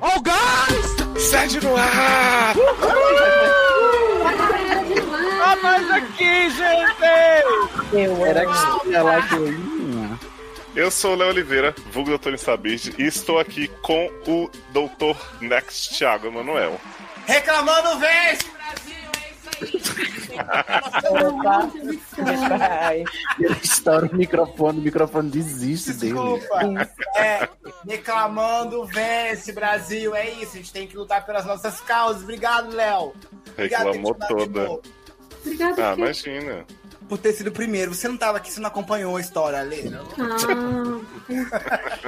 Ó o gás! Sede no ar! Ó nós aqui, gente! Será que tinha lá que eu ia? Eu sou o Léo Oliveira, vulgo Doutor Insabid, e estou aqui com o Doutor Next Thiago Emanuel. Reclamando verde, Brasil, é isso Vai. Ele estoura o microfone, o microfone desiste aí. dele. Desculpa. É, reclamando vence, Brasil, é isso. A gente tem que lutar pelas nossas causas. Obrigado, Léo. Obrigado por Reclamou ter te toda. imaginou, Obrigada. Ah, porque- imagina. Por ter sido o primeiro. Você não tava aqui, você não acompanhou a história, né? Lê. Ah,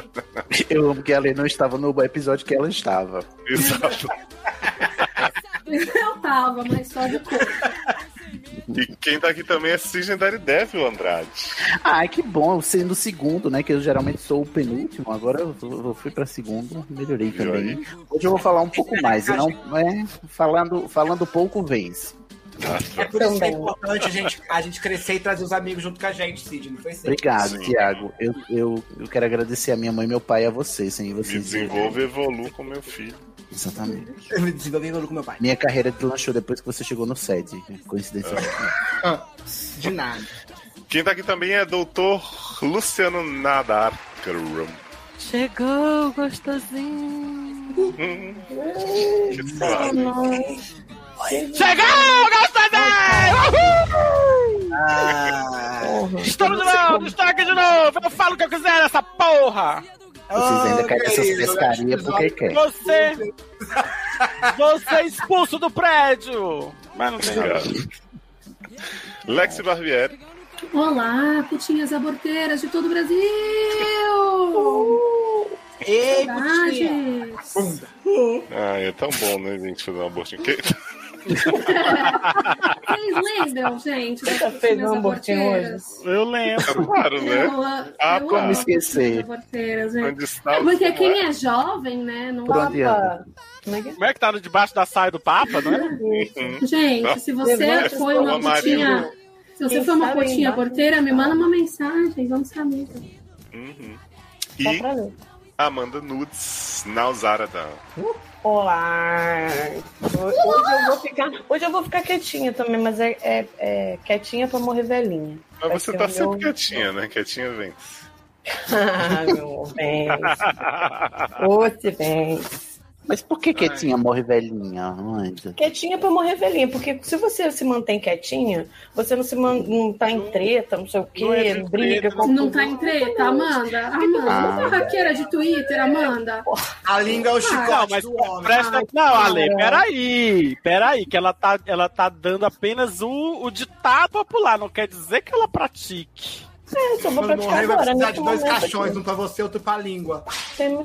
Eu amo que a Lê não estava no episódio que ela estava. Exato. eu tava, mas só de cor. E quem tá aqui também é Cisgendary Devil Andrade. Ai, Ah, que bom, sendo o segundo, né? Que eu geralmente sou o penúltimo, agora eu, tô- eu fui pra segundo, melhorei Viu também. Hoje eu vou falar um pouco mais, e não é falando, falando pouco vez. É por isso que é Também. importante a gente, a gente crescer e trazer os amigos junto com a gente, Sidney. Foi assim. Obrigado, Sim. Tiago. Eu, eu, eu quero agradecer a minha mãe e meu pai e a vocês, sem Me vocês. desenvolvo e evoluo com meu filho. Exatamente. Eu me desenvolvi com meu pai. Minha carreira deslanchou depois que você chegou no SED, coincidência. De nada. Quem tá aqui também é Doutor Luciano Nadar. Caramba. Chegou, gostosinho. Hum. Que suave. Chegou, gostosinho! Uhul! Ah, Estamos de novo, estou aqui de novo! Eu falo o que eu quiser nessa porra! Ah. Vocês ainda oh, querem essas querido, pescarias eu acho porque que quer. Você... Você é expulso do prédio! Mas não tem nada. Obrigado. Lex Barbieri. Olá, putinhas aborteiras de todo o Brasil! Ei, putinha. Saudades! Ah, é tão bom, né, gente, fazer um abortinho. Que- Vocês lembram, gente? das Você fez putinhas um abortinho aborteiras? Eu lembro. Claro, né? Eu, a- Ah, eu pra amo me esquecer. as putinhas aborteiras, gente. Onde está o É porque celular? quem é jovem, né? Não... Por onde anda? Papa, como é que é? Como é que tá no debaixo da saia do Papa, não é? Gente, se você Levanta, foi uma Fala, Maria. putinha. Se você Quem foi uma sabe putinha ainda. aborteira, me manda uma mensagem, vamos ser amigas. Uhum. Só Tá E pra ler. Amanda Nudes, Nauzaradão. Olá! Hoje eu vou ficar, hoje eu vou ficar quietinha também, mas é, é- é quietinha pra morrer velhinha. Mas Vai você ser tá é o sempre meu- quietinha, né? Quietinha vem. Ah, meu bem. Ô, bem. Mas por que quietinha morre velhinha? Amanda? Quietinha pra morrer velhinha, porque se você se mantém quietinha, você não se man- não tá em treta, não sei o Não é quê, entra em briga treta, com Não tudo. tá em treta, Amanda? Amanda, Ah. não tá hackeira de Twitter, Amanda? A língua é o Não, chicote mas do homem. presta. Não, Ale, peraí. Peraí, que ela tá, ela tá dando apenas o, o ditado popular. Não quer dizer que ela pratique. Eu só vou Quando morrer, vai praticar agora, precisar nesse de dois momento aqui. caixões, um pra você e outro pra língua. Tem-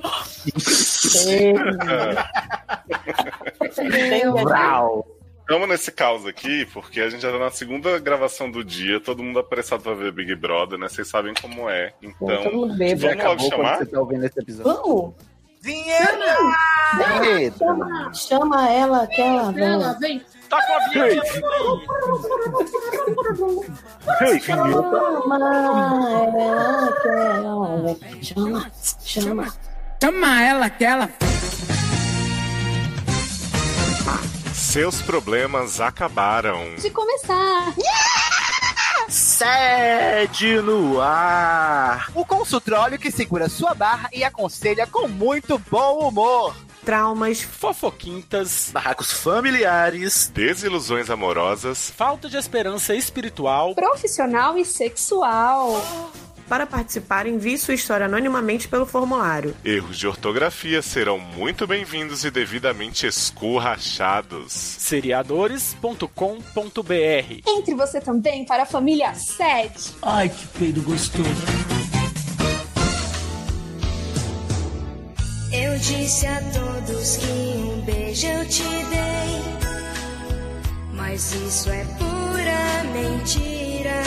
Tem- tem- Brau! Estamos nesse caos aqui, porque a gente já tá na segunda gravação do dia, todo mundo apressado pra ver Big Brother, né? Vocês sabem como é. Bom, todo Então, mundo Já bêbado. Vamos logo acabou quando chamar? você tá ouvindo esse episódio. Vamos! Dinheiro! Eita! Chama ela que ela Ela, vem. vem. Tá com a vinheta. Chama ela que ela vem. Chama, chama. Chama ela que ela seus problemas acabaram. De começar. Sede no ar! O consultório que segura sua barra e aconselha com muito bom humor. Traumas, Fofoquintas. Barracos familiares. Desilusões amorosas. Falta de esperança espiritual. Profissional e sexual. para participar, envie sua história anonimamente pelo formulário. Erros de ortografia serão muito bem-vindos e devidamente escorrachados. Seriadores.com.br Entre você também para a família 7. Eu disse a todos que um beijo eu te dei, mas isso é pura mentira.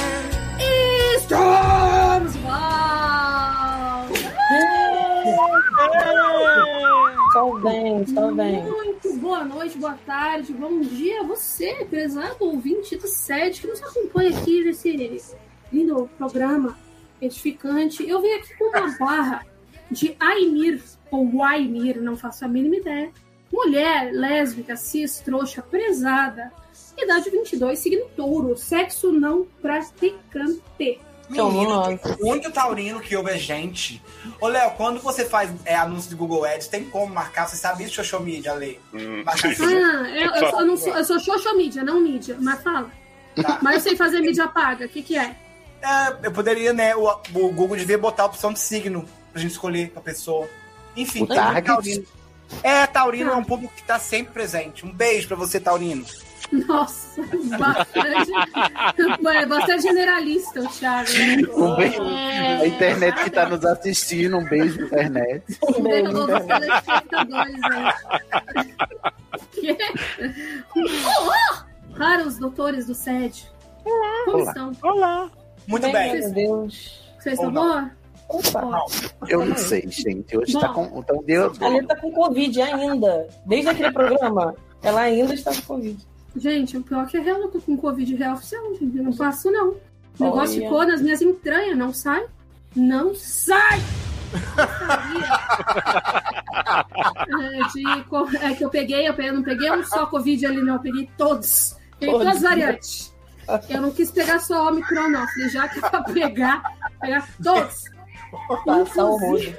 Estamos! Uau! Só vem, só vem. Muito boa noite, boa tarde, bom dia a você, prezado ouvinte do SED, que nos acompanha aqui nesse lindo programa edificante. Eu vim aqui com uma barra de Aimir, ou Aimir, não faço a mínima ideia. Mulher, lésbica, cis, trouxa, prezada. Idade 22, signo touro, sexo não praticante. Menino, o único taurino que ouve é gente. Ô, Léo, quando você faz é, anúncio de Google Ads, tem como marcar? Você sabe isso, social media, Lê? Hum, Marcar assim. Ah, eu, eu sou, eu não sou, eu sou social media, não mídia, mas fala. Tá. Mas eu sei fazer mídia paga, o que, que é? É, eu poderia, né? O, o Google devia botar a opção de signo pra gente escolher a pessoa. Enfim, O target. Taurino. É, Taurino é um público que tá sempre presente. Um beijo pra você, Taurino. Nossa, bastante, é bastante generalista o Thiago. Um Né? beijo. A internet que tá nos assistindo, um beijo, internet. Um beijo, Lobo Celeste 2, né? Que? Olá! Raros doutores do SED. Olá! Como Olá. estão? Olá! Muito bem. Meu Deus. Vocês estão Ou não. boa? Opa. Eu não sei, gente. Hoje tá Bom. com. Então deu. A Lê tá com Covid ainda. Desde aquele programa, ela ainda está com Covid. Gente, o pior que é real, eu tô com Covid real oficial, gente. Eu não passo, não. O negócio Olha. ficou nas minhas entranhas, não sai? Não sai! Eu sabia. é, de co- é que eu peguei, eu peguei- eu não peguei um só Covid ali, não. Eu peguei todos. Peguei Todos. todas as variantes. Eu não quis pegar só Omicron, não. Falei, já que é pra pegar, pegar todos. Passa horror. Assim.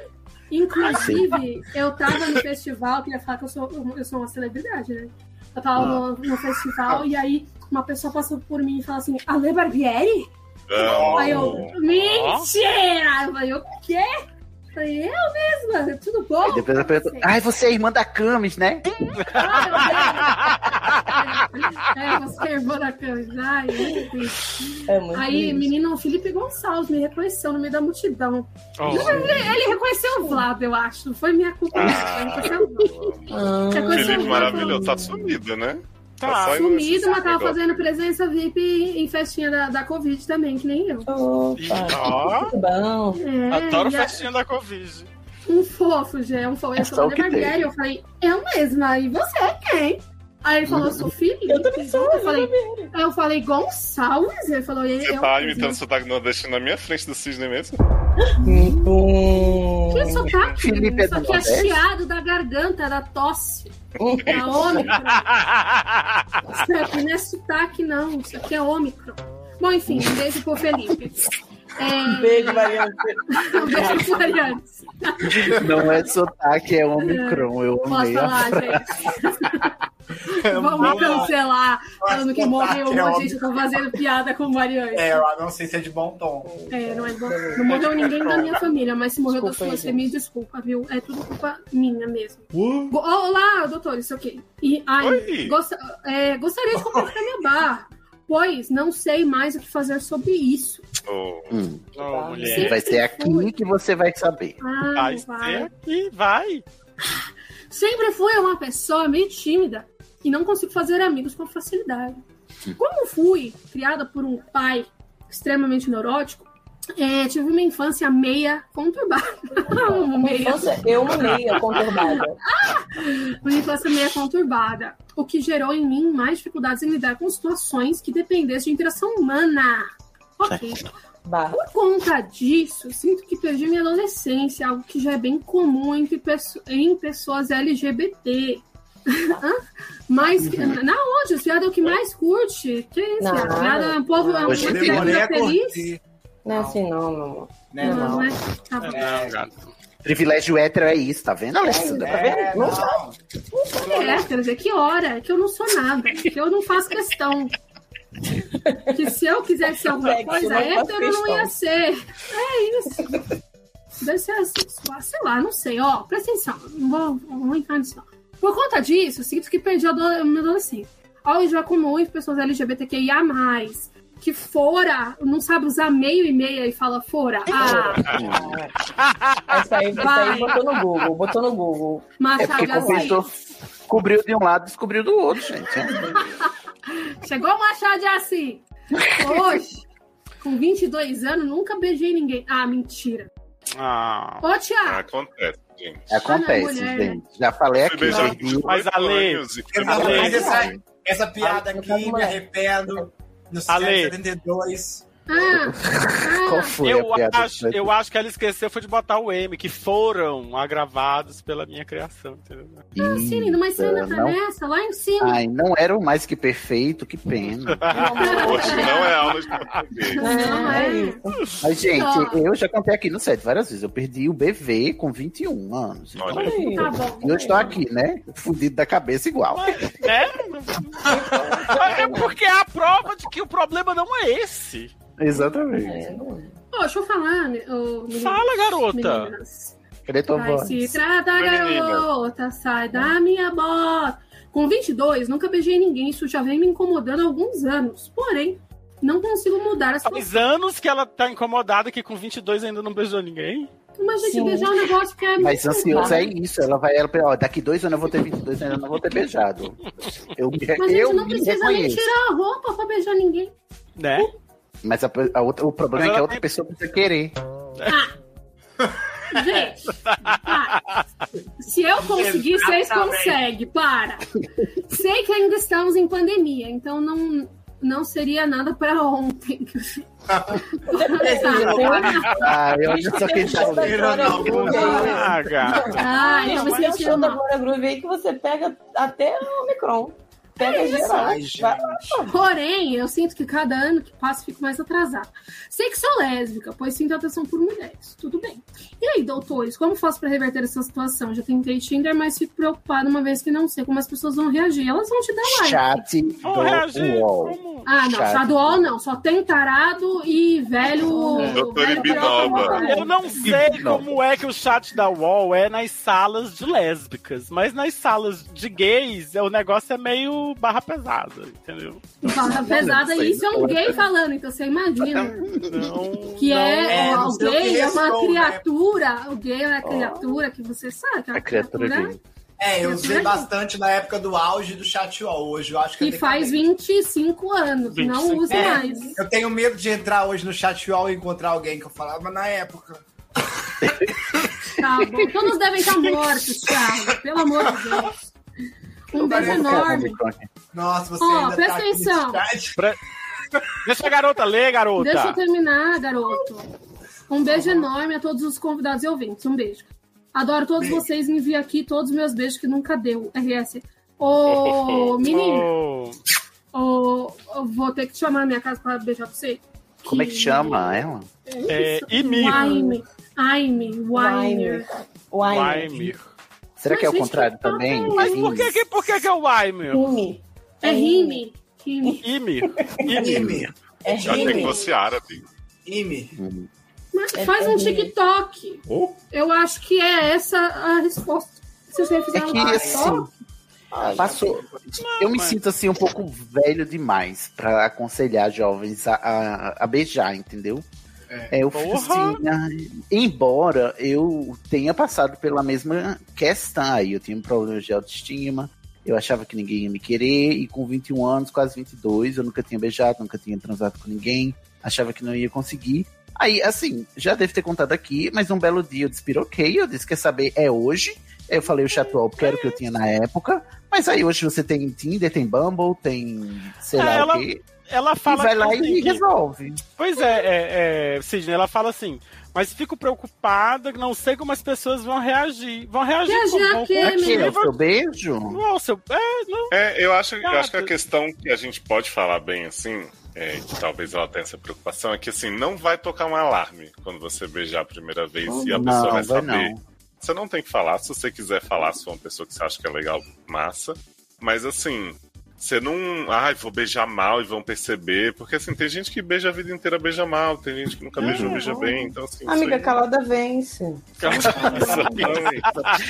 Inclusive, eu tava no festival, queria falar que eu sou, eu sou uma celebridade, né? Eu Ah. tava no, no festival e aí uma pessoa passou por mim e falou assim, Ale Barbieri? Oh. Aí eu, mentira! Eu falei, o quê? Eu Falei, eu mesma, é tudo bom? Depois ela perguntou. Assim, Ai, você é irmã da Camis, né? "Ah, meu Deus." É, você é irmã da Câmara. Ai, enfim. É Oh, muito Aí, lindo. menino Felipe Gonçalves me reconheceu no meio da multidão. Oh. Ele reconheceu o Vlado, eu acho. Não foi minha culpa. não. Ah. Ele reconheceu o Vlado. Ah, Você conheceu Felipe o maravilhoso, é tá sumido, né? Tá. só indo nesse Sumido, assim, mas tava negócio. fazendo presença VIP em festinha da, da Covid também, que nem tá eu. opa. Ó, Muito bom. É, adoro e é festinha da Covid. Um fofo, Gê, um fofo. É Eu só sou o o que tem. Barbieri, eu falei, eu mesma, e você é quem? Aí ele falou, eu sou Felipe. Eu também sou, Eu falei, aí eu falei Gonçalves? Ele falou, eu. Você tá imitando sotaque nordestino na minha frente do cisne mesmo? Hum. Que sotaque? Felipe é Isso do aqui é Nordeste? chiado da garganta, da tosse, da ômicron. Isso aqui não é sotaque, não. Isso aqui é ômicron. Bom, enfim, um beijo pro Felipe. É, Beijo, Mariana. um beijo pro Ariane. Não é sotaque, é Omicron. Eu Posso amei. a falar, gente? Vamos cancelar falando que morreu um monte de gente. Eu tô fazendo piada com o Mariane. É, eu não sei se é de bom tom. É, não é bom. Não morreu ninguém da minha família, mas se morreu da Desculpa sua, aí, você me desculpa, viu? É tudo culpa minha mesmo. Bo- Olá, doutor, isso aqui. E, ai, Oi. gosta- é, gostaria de completar minha barra, pois não sei mais o que fazer sobre isso. Ou- Hum, Não, sim, mulher. vai ser aqui que você vai saber. Ah, Vai não vai. ser aqui, vai. Sempre fui uma pessoa meio tímida e não consigo fazer amigos com facilidade. Como fui criada por um pai extremamente neurótico, é, tive uma infância meia conturbada. Uma meia Nossa, eu uma meia conturbada. uma infância meio conturbada, o que gerou em mim mais dificuldades em lidar com situações que dependessem de interação humana. Ok. Barra. Por conta disso, sinto que perdi minha adolescência, algo que já é bem comum entre pesso- em pessoas LGBT. Hã? Mas que- na onde? O viado é o que mais curte. Que isso? Não. viado? Viado é um povo é um Hoje povo em dia, que fica Demorei a feliz. curtir. Não é assim, não, meu amor. Né, Não, não. né? Tá bom. Não, gato. Privilégio hétero é isso, tá vendo? Alessandra? É, não. É, quer dizer, que hora? Que eu não sou nada, que eu não faço questão. Que se eu quisesse ser alguma Sexo, coisa não faço hétero, eu não ia questão. ser. É isso. Deve ser assim, sei lá, não sei. Ó, presta atenção, não vou, não vou entrar nisso não. Por conta disso, eu sinto que perdi a ado- minha adolescência. Ao enjoar com muitas pessoas LGBTQIA+, que fora, não sabe usar meio e meia e fala fora. Ah, É, Essa aí, essa aí botou no Google, botou no Google. É matar porque já compensou. Cobriu de um lado, descobriu do outro, gente. Chegou o Machado de Assis. Hoje, com 22 anos, nunca beijei ninguém. Ah, mentira. Ah. Ô, Tiago, Acontece, É gente. Acontece, mulher, né? gente. Já falei Fui aqui. beijar um né? com 18 Mas a lei- anos e Eu não Ale. é fiz essa, essa piada Ale, aqui, me moleque. arrependo. No Ale. 72. Ah, Qual foi eu, a piada? acho, eu acho que ela esqueceu foi de botar o M, que foram agravados pela minha criação, entendeu? Ah, sim, lindo, mas você ainda tá Não. nessa, lá em cima. Ai, não era o mais que perfeito, que pena. Hoje não é aula de português. Não é. né? Mas, gente, Ó. eu já contei aqui no set várias vezes. Eu perdi o BV com 21 anos. Então, Olha aí. Tá bom. E eu estou aqui, né? Fudido da cabeça igual. Né? é porque é a prova de que o problema não é esse. é Exatamente. né? Pô, deixa eu falar. né, ô, meninas, Fala, garota. meninas. Cadê tua Vai voz? se tratar, Menina. garota, sai da minha bota. Com 22, nunca beijei ninguém, isso já vem me incomodando há alguns anos. Porém, não consigo mudar as coisas. Faz anos que ela tá incomodada que com 22 ainda não beijou ninguém. Mas, gente, Sim. beijar é um negócio que é... Mas muito- ansiosa é isso. Ela vai, ela, ó, daqui dois anos eu vou ter 22 anos, eu não vou ter beijado. Eu, me- Mas a gente eu não me precisa nem reconheço. tirar a roupa pra beijar ninguém. Né? Mas a, a outra, o problema Mas é que a ela outra tem- pessoa precisa querer. Gente, tá. se eu conseguir, vocês conseguem. Para. Sei que ainda estamos em pandemia, então não, não seria nada pra ontem. Tá, Ah, eu acho só quem tá ouvindo. Ah, gata. Ai, Gente, eu você esqueci achou o da nome. Glória Groove aí que você pega até o Omicron. Pega geral. Ai, gente. Vai lá, pô. Porém, eu sinto que cada ano que passa fico mais atrasada. Sei que sou lésbica, pois sinto atração por mulheres. Tudo bem. E aí, doutores, como faço pra reverter essa situação? Já tentei Tinder, mas fico preocupada uma vez que não sei como as pessoas vão reagir. Elas vão te dar like. Chat do Vamos reagir. UOL. Vamos. Ah, não, Chato. Shadow não, só tem tarado e velho. Doutor velho Ibinalba. pirata. Eu não sei Não. como é que o chat da UOL é nas salas de lésbicas, mas nas salas de gays o negócio é meio barra pesada, entendeu? Barra pesada, sei, e isso é um não. gay falando, então você imagina. Não, Que é, é, o não sei o que gay é uma responde, né? criatura, o gay é a criatura que você sabe, que é A criatura gay. É, eu usei bastante na época do auge do chat UOL hoje. Eu acho que, eu que tenho faz que- 25 anos, não 25 usa É. mais. Eu tenho medo de entrar hoje no chat UOL e encontrar alguém que eu falava na época. Tá bom. Todos devem estar mortos, Thiago, pelo amor de Deus. Um beijo enorme. Nossa, você Ó, ainda presta tá aqui nesse atenção. chat. Deixa a garota ler, garota. Deixa eu terminar, garoto. Um beijo enorme a todos os convidados e ouvintes. Um beijo. Adoro todos Beijo. vocês. Me envia aqui todos os meus beijos que nunca deu. RS. Ô, menino, Oh, ô, eu vou ter que te chamar na minha casa pra beijar pra você. Como é que chama ela? é, e Mir. Wine. Aime, Wine. Wine. Weimir. Será que é o Mas, gente, contrário que papo também? é Mas por que, que, por que, que é o Weimir? Rime. É Rime. Rime. Imir. Imir. Ime. É Já tem que Rime. fosse árabe. Ime. Mas É faz um Rime. TikTok. Eu acho que é essa a resposta. Se você fizer É um que TikTok, assim. Passou. Eu me mas- sinto assim um pouco velho demais pra aconselhar jovens a, a, a beijar, entendeu? É, eu fico Porra! assim, ai, embora eu tenha passado pela mesma questão aí, eu tinha um problema de autoestima, eu achava que ninguém ia me querer, e com 21 anos, quase 22, eu nunca tinha beijado, nunca tinha transado com ninguém, achava que não ia conseguir. Aí, assim, já deve ter contado aqui, mas um belo dia eu despiroquei, eu disse, quer saber, é hoje. Eu falei o chatual, porque era o que eu tinha na época. Mas aí hoje você tem Tinder, tem Bumble, tem sei É, lá ela o quê. Ela E fala vai lá assim, e resolve. Pois é, é, é, Sidney, ela fala assim, mas fico preocupada, não sei como as pessoas vão reagir. Vão reagir Reagir com, a com, quê, com- Aqui, ó, menino? com- É seu beijo. Não, seu- é, não, É, eu acho, eu acho que a Gato. questão que a gente pode falar bem assim, é, que talvez ela tenha essa preocupação, é que assim, não vai tocar um alarme quando você beijar a primeira vez e a pessoa Não, vai vai saber. não. Você não tem que falar, se você quiser falar, se for uma pessoa que você acha que é legal, massa. Mas assim, você não. Ai, vou beijar mal e vão perceber. Porque assim, tem gente que beija a vida inteira, beija mal, tem gente que nunca beijou, É, beija não. bem. Então, assim, Amiga, isso calada vence. aí- isso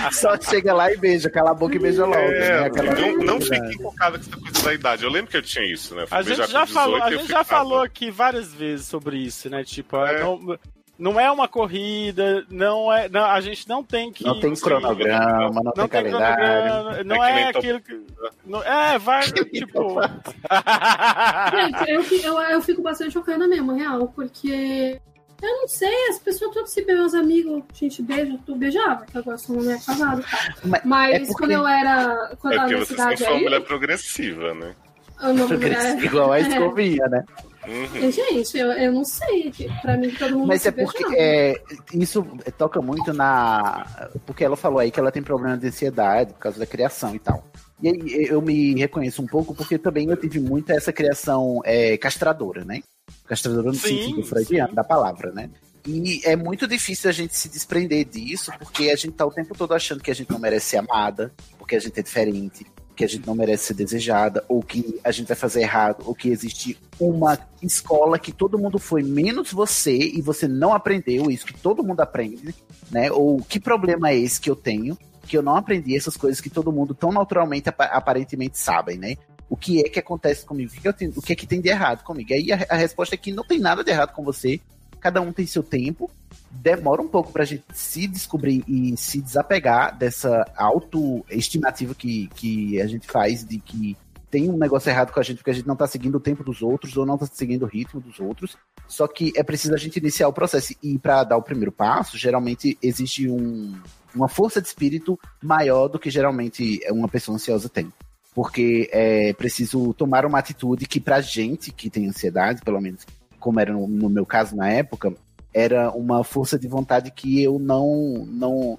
aí- Só chega lá e beija, cala a boca e beija logo. É, Então, né? Aquela- não, não fiquem focados com essa coisa da idade. Eu lembro que eu tinha isso, né? Eu fui A gente beijar com já 18 falou, a e eu gente já ficava- falou aqui várias vezes sobre isso, né? Tipo, É. não, não é uma corrida, não é, não, a gente não tem que Não tem cronograma, não, tem calendário. cronograma, não É que é, nem top- aquilo que não, é, vai tipo Gente, eu, fi- eu, eu fico bastante chocada mesmo, real, porque eu não sei, as pessoas todas se beijam, meus amigos, gente, beija, tu beijava, que agora sou uma mulher casada. tá? Mas- Mas é porque- quando eu era, quando É porque eu era na você sempre cidade foi uma aí, mulher progressiva, né? eu não Igual a escovinha, né? Uhum. E, É. Gente, eu, eu não sei. Pra mim, todo mundo Mas se é porque beijando. é, isso toca muito na. Porque ela falou aí que ela tem problema de ansiedade por causa da criação e tal. E aí eu me reconheço um pouco porque também eu tive muito essa criação é, castradora, né? Castradora no Sim, sentido freudiano da palavra, né? E é muito difícil a gente se desprender disso porque a gente tá o tempo todo achando que a gente não merece ser amada, porque a gente é diferente, que a gente não merece ser desejada, ou que a gente vai fazer errado, ou que existe uma escola que todo mundo foi menos você e você não aprendeu isso que todo mundo aprende, né? Ou que problema é esse que eu tenho que eu não aprendi essas coisas que todo mundo tão naturalmente apa- aparentemente sabem, né? O que é que acontece comigo? O que, que eu tenho- o que é que tem de errado comigo? E aí a, a resposta é que não tem nada de errado com você. Cada um tem seu tempo. Demora um pouco pra gente se descobrir e se desapegar dessa autoestimativa que, que a gente faz de que tem um negócio errado com a gente porque a gente não tá seguindo o tempo dos outros ou não tá seguindo o ritmo dos outros. Só que é preciso a gente iniciar o processo. E para dar o primeiro passo, geralmente existe um, uma força de espírito maior do que geralmente uma pessoa ansiosa tem. Porque é preciso tomar uma atitude que, pra gente que tem ansiedade, pelo menos como era no, no meu caso na época, era uma força de vontade que eu não, não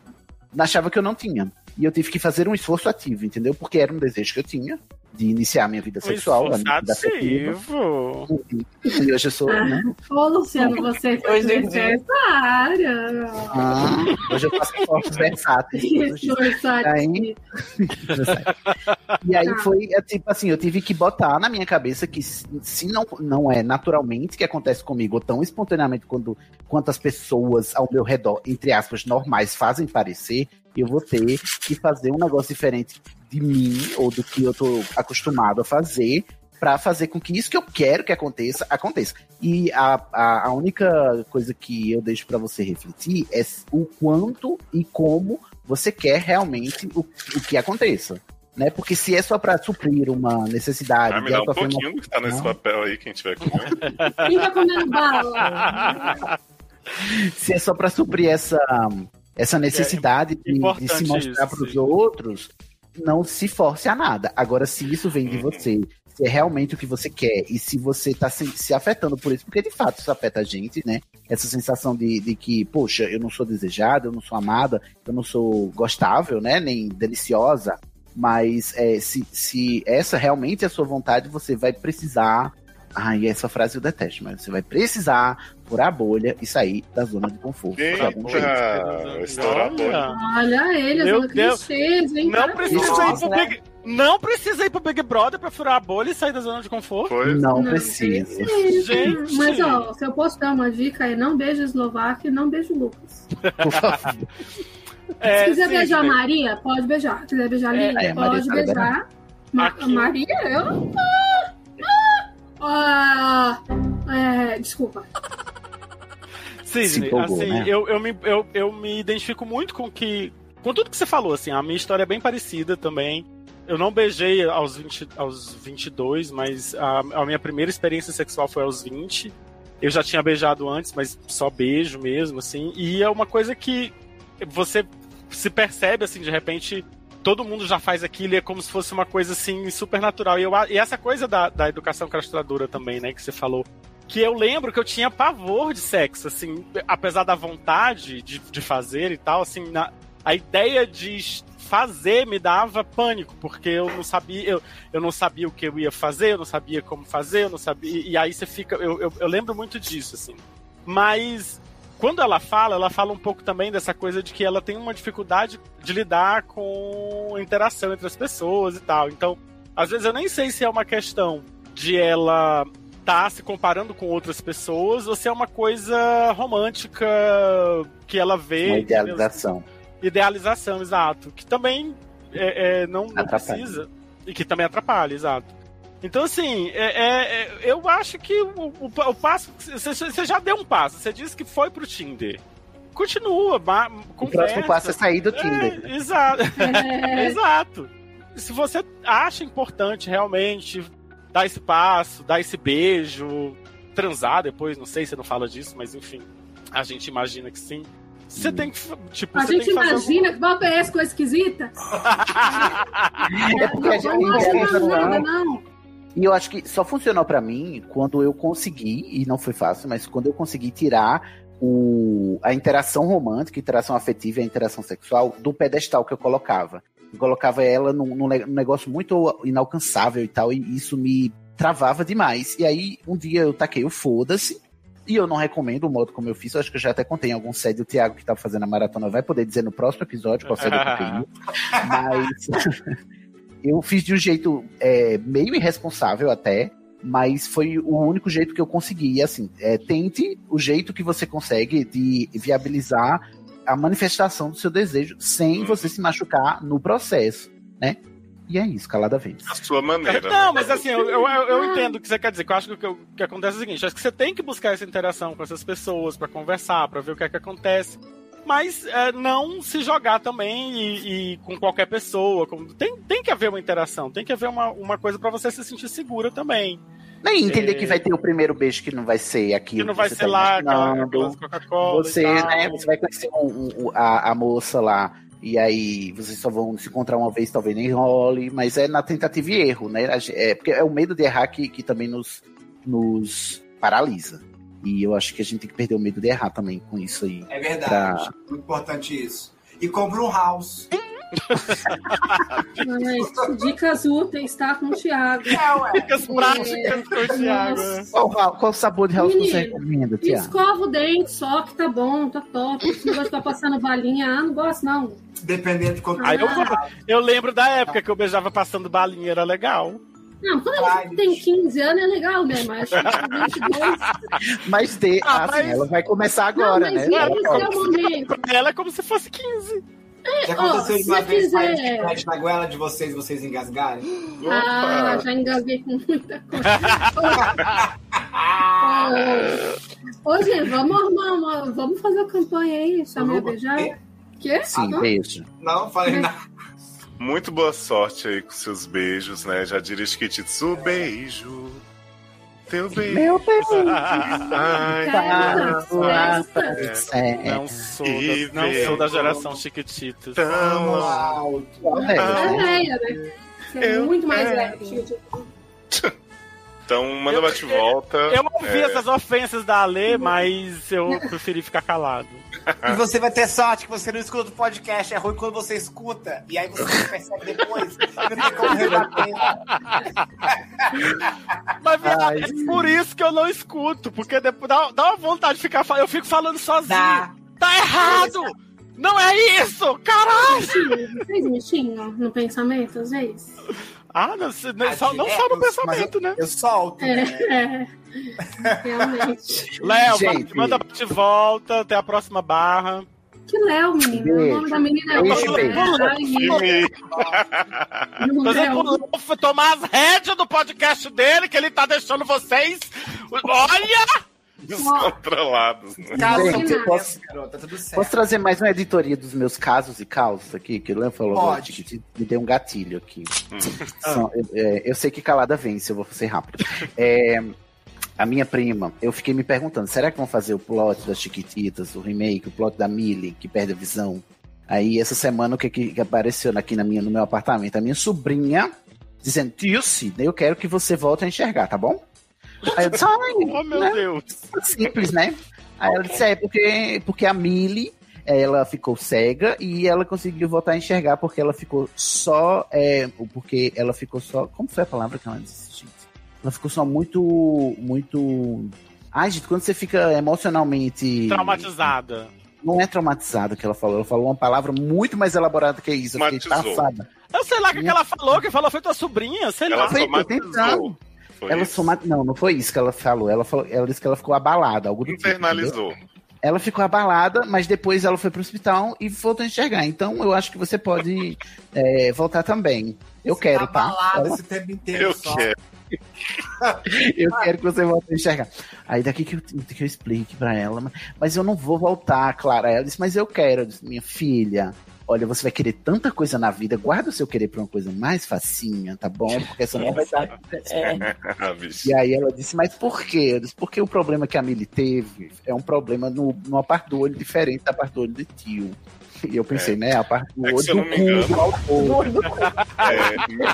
achava que eu não tinha. E eu tive que fazer um esforço ativo, entendeu? Porque era um desejo que eu tinha de iniciar minha vida sexual, né? a minha vida afetiva. Um Ativo. E hoje eu sou, né? Ô, Luciano, você fez Hoje em dia. essa área. Ah, hoje eu faço fotos versáteis. todos os Isso, dias. tá Aí- E aí Tá. foi, é, tipo assim, eu tive que botar na minha cabeça que se se não, não é naturalmente que acontece comigo, ou tão espontaneamente quando, quanto as pessoas ao meu redor, entre aspas, normais, fazem parecer, eu vou ter que fazer um negócio diferente de mim, ou do que eu tô acostumado a fazer, pra fazer com que isso que eu quero que aconteça, aconteça. E a, a, a única coisa que eu deixo pra você refletir é o quanto e como você quer realmente o, o que aconteça. Né? Porque se é só pra suprir uma necessidade Ah, me de dá um autoafirma- Ah. pouquinho do que tá nesse Não. papel aí, quem tiver comendo. Quem tá comendo bala? se é só pra suprir essa, essa necessidade de- de, É importante se mostrar isso, pros outros, não se force a nada. Agora, se isso vem de Uhum. você, se é realmente o que você quer e se você tá se, se afetando por isso, porque de fato isso afeta a gente, né? Essa sensação de, de que, poxa, eu não sou desejada, eu não sou amada, eu não sou gostável, né? Nem deliciosa. Mas é, se, se essa realmente é a sua vontade, você vai precisar. Ai, essa frase eu detesto, mas você vai precisar furar a bolha e sair da zona de conforto. por algum jeito. Eita, estourar a bolha. Olha ele, Meu Meu Deus. clichês, hein? Não precisa ir Parabéns. pro Big... Não precisa ir pro Big Brother pra furar a bolha e sair da zona de conforto. Não precisa. Sim, Gente. Mas ó, se eu posso dar uma dica é não beijo Eslováquia e não beijo Lucas. É, se quiser Sidney. beijar a Maria, pode beijar. Se quiser beijar a Lívia, é, Maria pode tá beijar. Ma- Maria, eu. Ah, ah, ah, é, desculpa. Sidney, empolgou, assim, né? eu, eu, me, eu, eu me identifico muito com que. Com tudo que você falou, assim, a minha história é bem parecida também. Eu não beijei aos, 20, aos 22, mas a, a minha primeira experiência sexual foi aos 20. Eu já tinha beijado antes, mas só beijo mesmo, assim. E é uma coisa que você se percebe, assim, de repente, todo mundo já faz aquilo e é como se fosse uma coisa, assim, super natural. E, eu a- e essa coisa da, da educação castradora também, né, que você falou, que eu lembro que eu tinha pavor de sexo, assim, apesar da vontade de, de fazer e tal, assim, na- a ideia de es- fazer me dava pânico, porque eu não sabia, eu, eu não sabia o que eu ia fazer, eu não sabia como fazer, eu não sabia. E, e aí você fica. Eu, eu, eu lembro muito disso, assim. Mas quando ela fala, ela fala um pouco também dessa coisa de que ela tem uma dificuldade de lidar com a interação entre as pessoas e tal. Então, às vezes eu nem sei se é uma questão de ela estar se comparando com outras pessoas ou se é uma coisa romântica que ela vê. Uma entendeu? idealização. Idealização, exato. Que também é, é, não, não Atrapalha. precisa. E que também atrapalha, exato. Então, assim, é- é- é- eu acho que o, o pa- o passo. Você você já deu um passo. Você disse que foi pro Tinder. Continua. ma- O conversa. próximo passo é sair do Tinder. É, exato. É. exato. Se você acha importante realmente dar esse passo, dar esse beijo, transar depois, não sei, você não fala disso, mas enfim, a gente imagina que sim. Você tem que, fa- tipo, Uhum. A você gente tem que fazer imagina que papo é essa coisa esquisita? alguma- É porque a gente Não acho idealiza nada, não. não. E eu acho que só funcionou pra mim quando eu consegui, e não foi fácil, mas quando eu consegui tirar o, a interação romântica, a interação afetiva e a interação sexual do pedestal que eu colocava. Eu colocava ela num, num le- num negócio muito inalcançável e tal, e isso me travava demais. E aí, um dia eu taquei o foda-se, e eu não recomendo o modo como eu fiz, eu acho que eu já até contei em algum sede, o Thiago que tá fazendo a maratona vai poder dizer no próximo episódio qual sede eu contei. Mas eu fiz de um jeito é, meio irresponsável até, mas foi o único jeito que eu consegui. E assim, é, tente o jeito que você consegue de viabilizar a manifestação do seu desejo Uhum. sem você se machucar no processo, né? E é isso, calada vez. A sua maneira. Não, né? mas assim, eu, eu, eu- eu entendo o que você quer dizer. que Eu acho que o que, o que acontece é o seguinte: acho que você tem que buscar essa interação com essas pessoas pra conversar, pra ver o que é que acontece. Mas é, não se jogar também e, e com qualquer pessoa. com- tem, tem que haver uma interação, tem que haver uma, uma coisa pra você se sentir segura também. Nem entender É. que vai ter o primeiro beijo que não vai ser aquilo. Que não vai você ser tá lá aquela, imaginando. aquelas Coca-Cola. Você, e tal. né, você vai conhecer um- um- a, a moça lá, e aí vocês só vão se encontrar uma vez, talvez nem role, mas é na tentativa e erro, né? A ge- É, porque é o medo de errar que, que também nos, nos paralisa. E eu acho que a gente tem que perder o medo de errar também com isso aí. É verdade. Pra- Muito importante isso. E compra um house. Mas, dicas úteis, tá? Com o Thiago. tá Dicas práticas com o Thiago. Qual, qual sabor de house Menino, você recomenda, Tiago? Escova o dente só, que tá bom, tá top. Esse negócio de tá passando balinha, ah, não gosto não. Dependendo de quanto Aí eu, Ah. eu lembro da época que eu beijava passando balinha, era legal. Não, quando você tem 15 anos é legal mesmo, mas acho que 22... Mas de, Ah, ah, assim, mas- ela vai começar agora, não, mas né? esse Ela é o fala, momento. Pra ela é como se fosse 15. Já É, ó, aconteceu se de uma você vez quiser... sair de pet na goela de vocês e vocês engasgarem? Ah, já engasguei com muita coisa. Ah, Ô, ô, ô, gente, vamos arrumar uma. Vamos fazer uma campanha aí, chamar a beijar. Né? Quê? Sim, Ah, beijo. Não, falei nada. Muito boa sorte aí com seus beijos, né? Já dirige Kitsu, beijo. Teu beijo. Meu Deus! Ah, Ai, É, Cara, tá. festa. é, Não sou da, não Ivete. sou da geração Chiquititas. Tamo É Ah. velha, né? Você é Eu muito mais quero. velha. gente. Então, manda bate-volta. Eu ouvi É, essas ofensas da Ale, mas eu preferi ficar calado. E você vai ter sorte que você não escuta o podcast. É ruim quando você escuta. E aí você percebe depois. Não tem como rebater. Mas viado, Ai, é sim. por isso que eu não escuto, porque depois dá, dá uma vontade de ficar. fa- Eu fico falando sozinho. Dá. Tá errado! Não é isso! Caralho! Bichinho, Ah, Vocês mexinham no pensamento, às vezes? Ah, não, se- não- só, não É, só no mas eu- pensamento, né? Eu solto. É, né? é. Realmente. Léo, Gente. manda de volta, até a próxima barra. Que Léo, menino. O nome da menina é Beijo, Léo, beijo. né? Ai, Imi. não, Mas é Léo. pro Léo tomar as rédeas do podcast dele, que ele tá deixando vocês. Olha! Descontrolados, né? Caso Gente, eu posso- Tá tudo certo. Posso trazer mais uma editoria dos meus casos e causas aqui? Que o Leandro falou Pode. agora, que te- me deu um gatilho aqui. São- eu, é, eu sei que calada vence, eu vou ser rápido. É, a minha prima, eu fiquei me perguntando, será que vão fazer o plot das Chiquititas, o remake, o plot da Millie, que perde a visão? Aí, essa semana, o que, é que que apareceu aqui na minha, no meu apartamento? A minha sobrinha dizendo, tio Sidney, eu quero que você volte a enxergar, tá bom? Aí eu disse, ai, Oh, meu né? Deus. simples, né? Aí ela disse, é, porque, porque a Millie, ela ficou cega e ela conseguiu voltar a enxergar porque ela ficou só, é, porque ela ficou só, como foi a palavra que ela disse, gente? Ela ficou só muito, muito... Ai, gente, quando você fica emocionalmente... Traumatizada. Não é traumatizado que ela falou, ela falou uma palavra muito mais elaborada que isso, eu fiquei Traumatizou. passada. Eu sei lá o que, que ela falou, que falou foi tua sobrinha, sei Ela lá. foi- somatizou. tentando. Foi Ela isso. soma... Não, não foi isso que ela falou, ela, falou, ela disse que ela ficou abalada, algo do tipo, entendeu? Internalizou. ela ficou abalada, mas depois ela foi pro hospital e voltou a enxergar. Então eu acho que você pode é, voltar também. Eu tá quero, tá? balada Ela- esse tempo inteiro Eu só. quero. Eu quero que você volte a enxergar. Aí daqui que eu, que eu explique pra ela, mas eu não vou voltar, Clara. Ela disse, mas eu quero, Eu disse, minha filha. Olha, você vai querer tanta coisa na vida, guarda o seu querer pra uma coisa mais facinha, tá bom? Porque essa não vai dar. É. E aí ela disse, mas por quê? Eu disse, porque o problema que a Milly teve é um problema no, numa parte do olho diferente da parte do olho de tio. E eu pensei, É. né? A parte do É que, olho se eu do não me cu, engano- do mau olho do cu. É, Mi-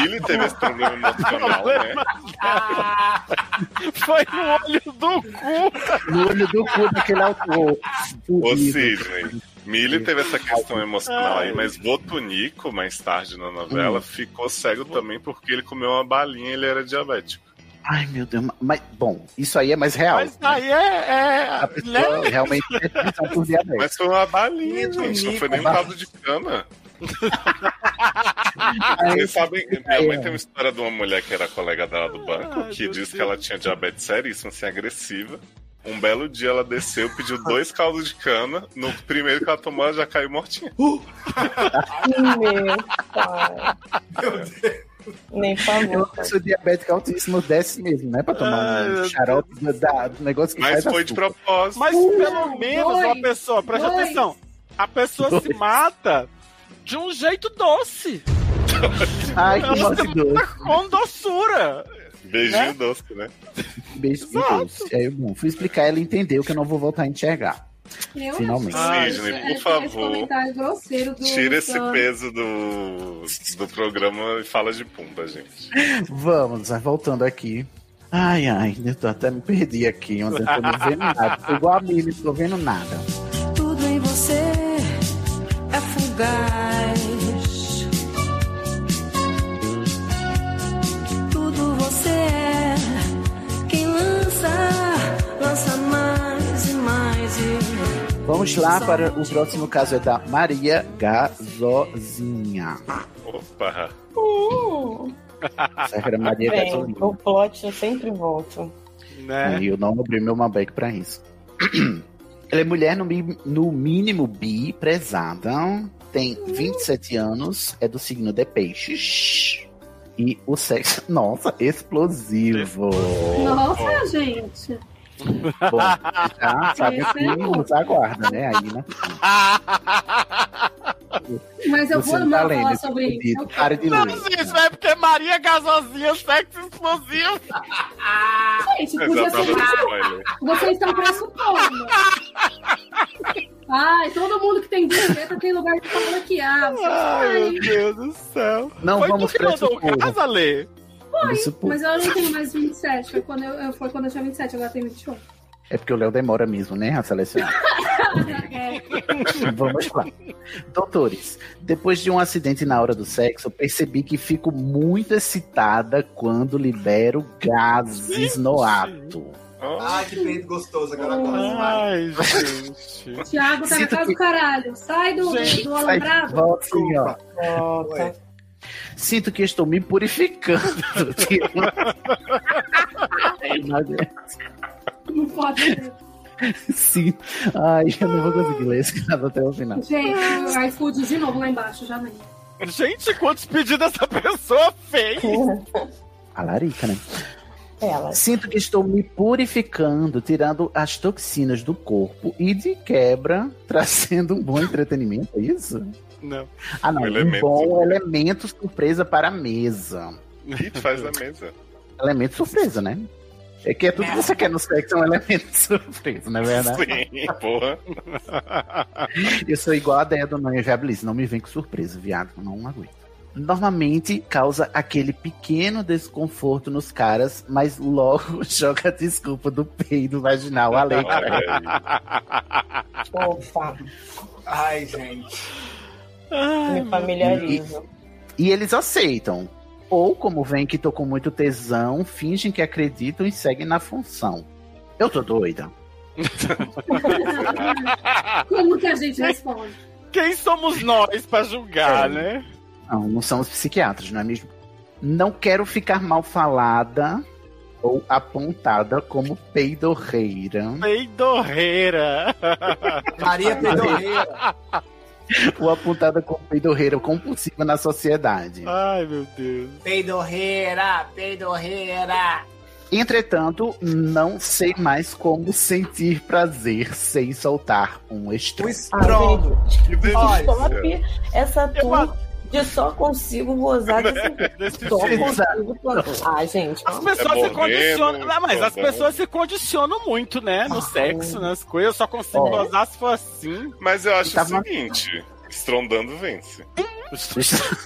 Millie teve esse problema emocional, né? Foi no olho do cu. No olho do cu daquele autor. Ô, Sidney, Millie teve essa questão emocional aí, mas Botunico, mais tarde na novela, Hum. ficou cego também porque ele comeu uma balinha e ele era diabético. Ai, meu Deus. Mas, bom, isso aí é mais real. Mas aí é. é A pessoa realmente é atenção por diabetes. Mas foi uma balinha, gente, não foi nem um caldo de cana. Vocês sabem, minha mãe É. tem uma história de uma mulher que era colega dela do banco, que disse que ela tinha diabetes seríssima, assim, agressiva. Um belo dia ela desceu, pediu dois caldos de cana. No primeiro que ela tomou, ela já caiu mortinha. Meu pai. Nem Eu favor. sou diabético altíssimo, desce mesmo, né? Pra tomar um xarope do, da- do negócio que faz açúcar. propósito. Mas Uh, pelo menos uma dois, pessoa, presta dois. atenção, a pessoa se Dois. mata de um jeito doce. Ai, que Ela um se morte mata doce. Com doçura. Beijinho Né? doce, né? Beijo de Deus. Aí, bom, fui explicar, ela entendeu que eu não vou voltar a enxergar. Eu Finalmente. achei- Sidney, por esse- esse favor. comentário grosseiro do Tira esse Luciano. peso do, do programa e fala de pumba, gente. Vamos, ah, voltando aqui. Ai, ai, eu tô até me perdi aqui, ontem eu não tô vendo nada. Tô igual a Mili, não tô vendo nada. Tudo em você é fugaz. Tudo você é quem lança, lança mais e mais e Vamos lá para o próximo caso, é da Maria Gazozinha. Opa! Uh. Essa era Maria Bem, Gasolina. o plot eu sempre volto. né? E eu não abri meu Malbec pra isso. Ela é mulher no, mi- no mínimo bi, prezada. Tem 27 anos, é do signo de peixes. E o sexo... Nossa, explosivo! Nossa, gente. Bom, já sabe Esse que é bom. nos aguarda, né? Aí, né? Mas eu Você vou não tá amar lendo Então, falar esse sobre isso. pedido, para de Não, ler. isso é porque Maria Gasosinha, sexo explosivo. Ah, Gente, Mas podia a ser prova do mais- spoiler. Vocês estão pressupondo. Ai, todo mundo que tem bicicleta tem lugar de fala que há. Ai, Ai, meu Deus do céu. Não Foi vamos tu que mandou o pressupor. caso, Lê? Pressupor. Ah, mas eu não tenho mais 27. Foi quando eu, eu, foi quando eu tinha 27, agora eu tenho 28. É porque o Léo demora mesmo, né, a selecionar. Vamos lá. Doutores, depois de um acidente na hora do sexo, eu percebi que fico muito excitada quando libero gases no ato. Ai, que peito gostoso agora. Ai, gente. Tiago tá na Sinto casa que- do caralho. Sai do, Gente, do sai, alambrado. volta, assim, ó. Volta. Sinto que estou me purificando. É, Não pode ser. Sim. Ai, eu não vou conseguir ler esse caso até o final. Gente, o iFood de novo lá embaixo, já nem. Gente, quantos pedidos essa pessoa fez? A Larica, né? Ela. é Sinto que estou me purificando, tirando as toxinas do corpo e de quebra, trazendo um bom entretenimento, é isso? Não. Ah, não, Um um, elemento. bom elemento surpresa para a mesa. Ih, tu faz a mesa. Elemento surpresa, né? É que é tudo que você quer no sexo, é um elemento surpresa, não é né? verdade? Sim, porra. Eu sou igual a ideia do não inviabilize, não me vem com surpresa, viado, eu não aguento. Normalmente causa aquele pequeno desconforto nos caras, mas logo joga a desculpa do peido vaginal além. Ah, Opa. Ai, gente. Me familiarizo. E eles aceitam. Ou, como vem que tô com muito tesão, fingem que acreditam e seguem na função. Eu tô doida. Como que a gente responde? Quem somos nós pra julgar, né? Não, não são os psiquiatras, não é mesmo? Não quero ficar mal falada ou apontada como peidorreira. Peidorreira. Maria Pedorreira. ou apontada como peidorreira compulsiva na sociedade. Ai, meu Deus. Peidorreira, peidorreira. Entretanto, não sei mais como sentir prazer sem soltar um estrondo. É. Stop essa tour de só consigo gozar desse Só jeito. consigo plantar. Ah, gente. As pessoas se condicionam. Ah, mas as pessoas se condicionam muito, né? No sexo, nas coisas. Eu só consigo Ó. gozar se for assim. Mas eu Tá acho o seguinte: estrondando vence.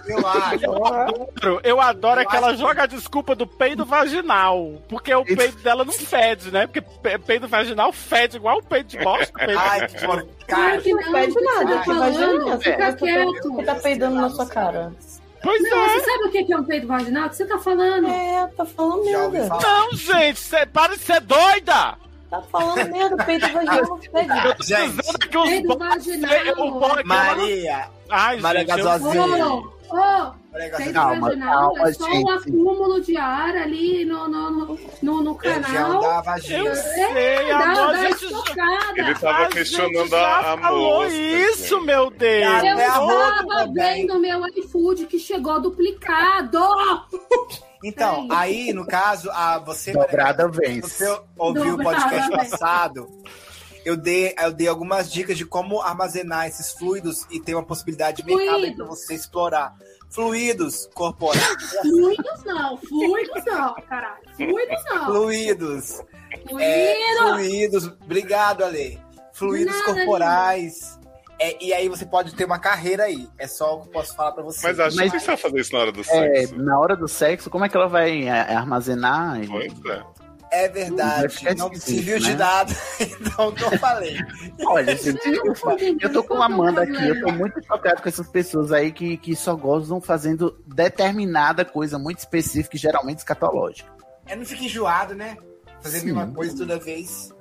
Eu adoro, eu adoro é que ela joga a desculpa do peido vaginal. Porque o peido dela não fede, né? Porque pe- peido vaginal fede igual o peido de bosta. Peido Ai, que Cara, que não pede nada, que vagina é essa? fica Você tá- quieto. Você tá peidando na sua cara. Pois não, é. você sabe o que é um peito vaginal? O que você tá falando? É, tá falando merda. Não, gente, cê, para de ser doida! Tá falando merda, peito vaginal fede. Eu tô dizendo que os Peido boys- vaginal. o boy- Maria. Ai, Maria gente, eu- Gasosinha. Ô, ô, Peraí, peito calma, vaginal calma, é só gente. um acúmulo de ar ali no, no, no, no, no Região um canal. é um da vagina. Eu sei, é, dá, amor, dá gente, estocada. Ele tava questionando a, a falou moça. isso, meu Deus! Eu até a tava roupa um também. vendo meu iFood que chegou duplicado. Então, Peraí. aí, no caso, a você. Dobrada Maria, vence. é, né? Você ouviu o Dobrada podcast vence. passado? Eu dei, eu dei algumas dicas de como armazenar esses fluidos e ter uma possibilidade de mercado aí pra Fluidos. você explorar. Fluidos corporais, Fluidos não, fluidos não, caralho. Fluidos não. fluidos. Fluidos. É, fluidos. Obrigado, Ale. Fluidos Nada, corporais. É, e aí você pode ter uma carreira aí. É só o que eu posso falar pra você. Mas acho Mas- que você vai fazer isso na hora do É, sexo. na hora do sexo, como é que ela vai é, armazenar? Pois é. É Vai verdade. ficar Não me difícil, serviu de né? nada. Então não falei. Olha, gente, Eu não tô eu tô com a Amanda aqui, eu tô entendendo. muito chocado com essas pessoas aí que, que só gozam fazendo determinada coisa muito específica e geralmente escatológica. É, não fica enjoado, né? Fazer a Sim. mesma coisa toda vez.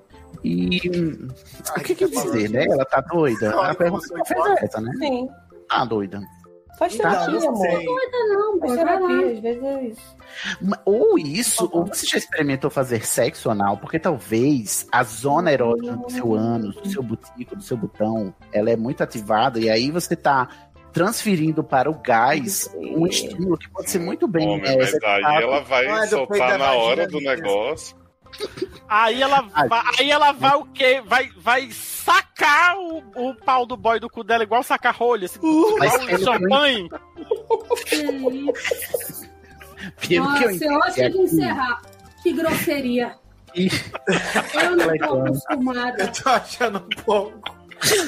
E hum, o Ai, que, que tá falando. dizer, né? Ela tá doida. Olha A pergunta como que você fez gosta. é essa, né? Sim. Tá doida. assim. Faz Tá, terapia, não amor. sei. Não, Faz pô, vai lá. terapia, às vezes é isso. Ma- Ou isso, ou você já experimentou fazer sexo anal, porque talvez a zona erógena do seu ânus, do seu butico, do seu botão, ela é muito ativada, e aí você tá transferindo para o gás um estímulo que pode ser muito bem Homem, é, mas aí executado. ela vai Não, é do peito da soltar na hora vagina do mesmo. negócio. Aí ela, Ai. vai, aí ela vai o quê? Vai, vai sacar o, o pau do boy do cu dela igual sacar rolha, assim, Mas igual pelo champanhe. Que é isso. Pelo que eu Nossa, eu acho que entendi de encerrar. Que grosseria. Ih. Eu não tô Legal. acostumada. Tô achando um pouco.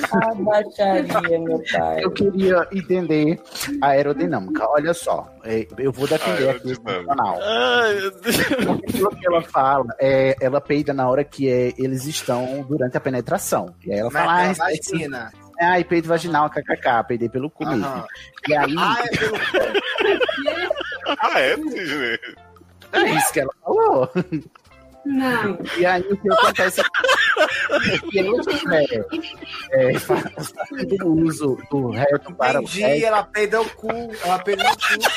Ah, baixaria, meu pai. Eu queria entender a aerodinâmica. Olha só, é, eu vou defender aqui o Aerodinâmica. profissional. Ai, Porque pelo que ela fala, é, ela peida na hora que é, eles estão durante a penetração. E aí né? ela fala, ah, Mas isso é imagina. Ai, peido vaginal, kkk, peidei pelo cu mesmo. Aham. E aí, Ah, é pelo né? Ah, é, Sidney? é isso que ela falou. Não. E aí, o que acontece é que eu tiver é, fa- o uso do reto para o Entendi, reto, ela peida o cu. Ela peida o cu.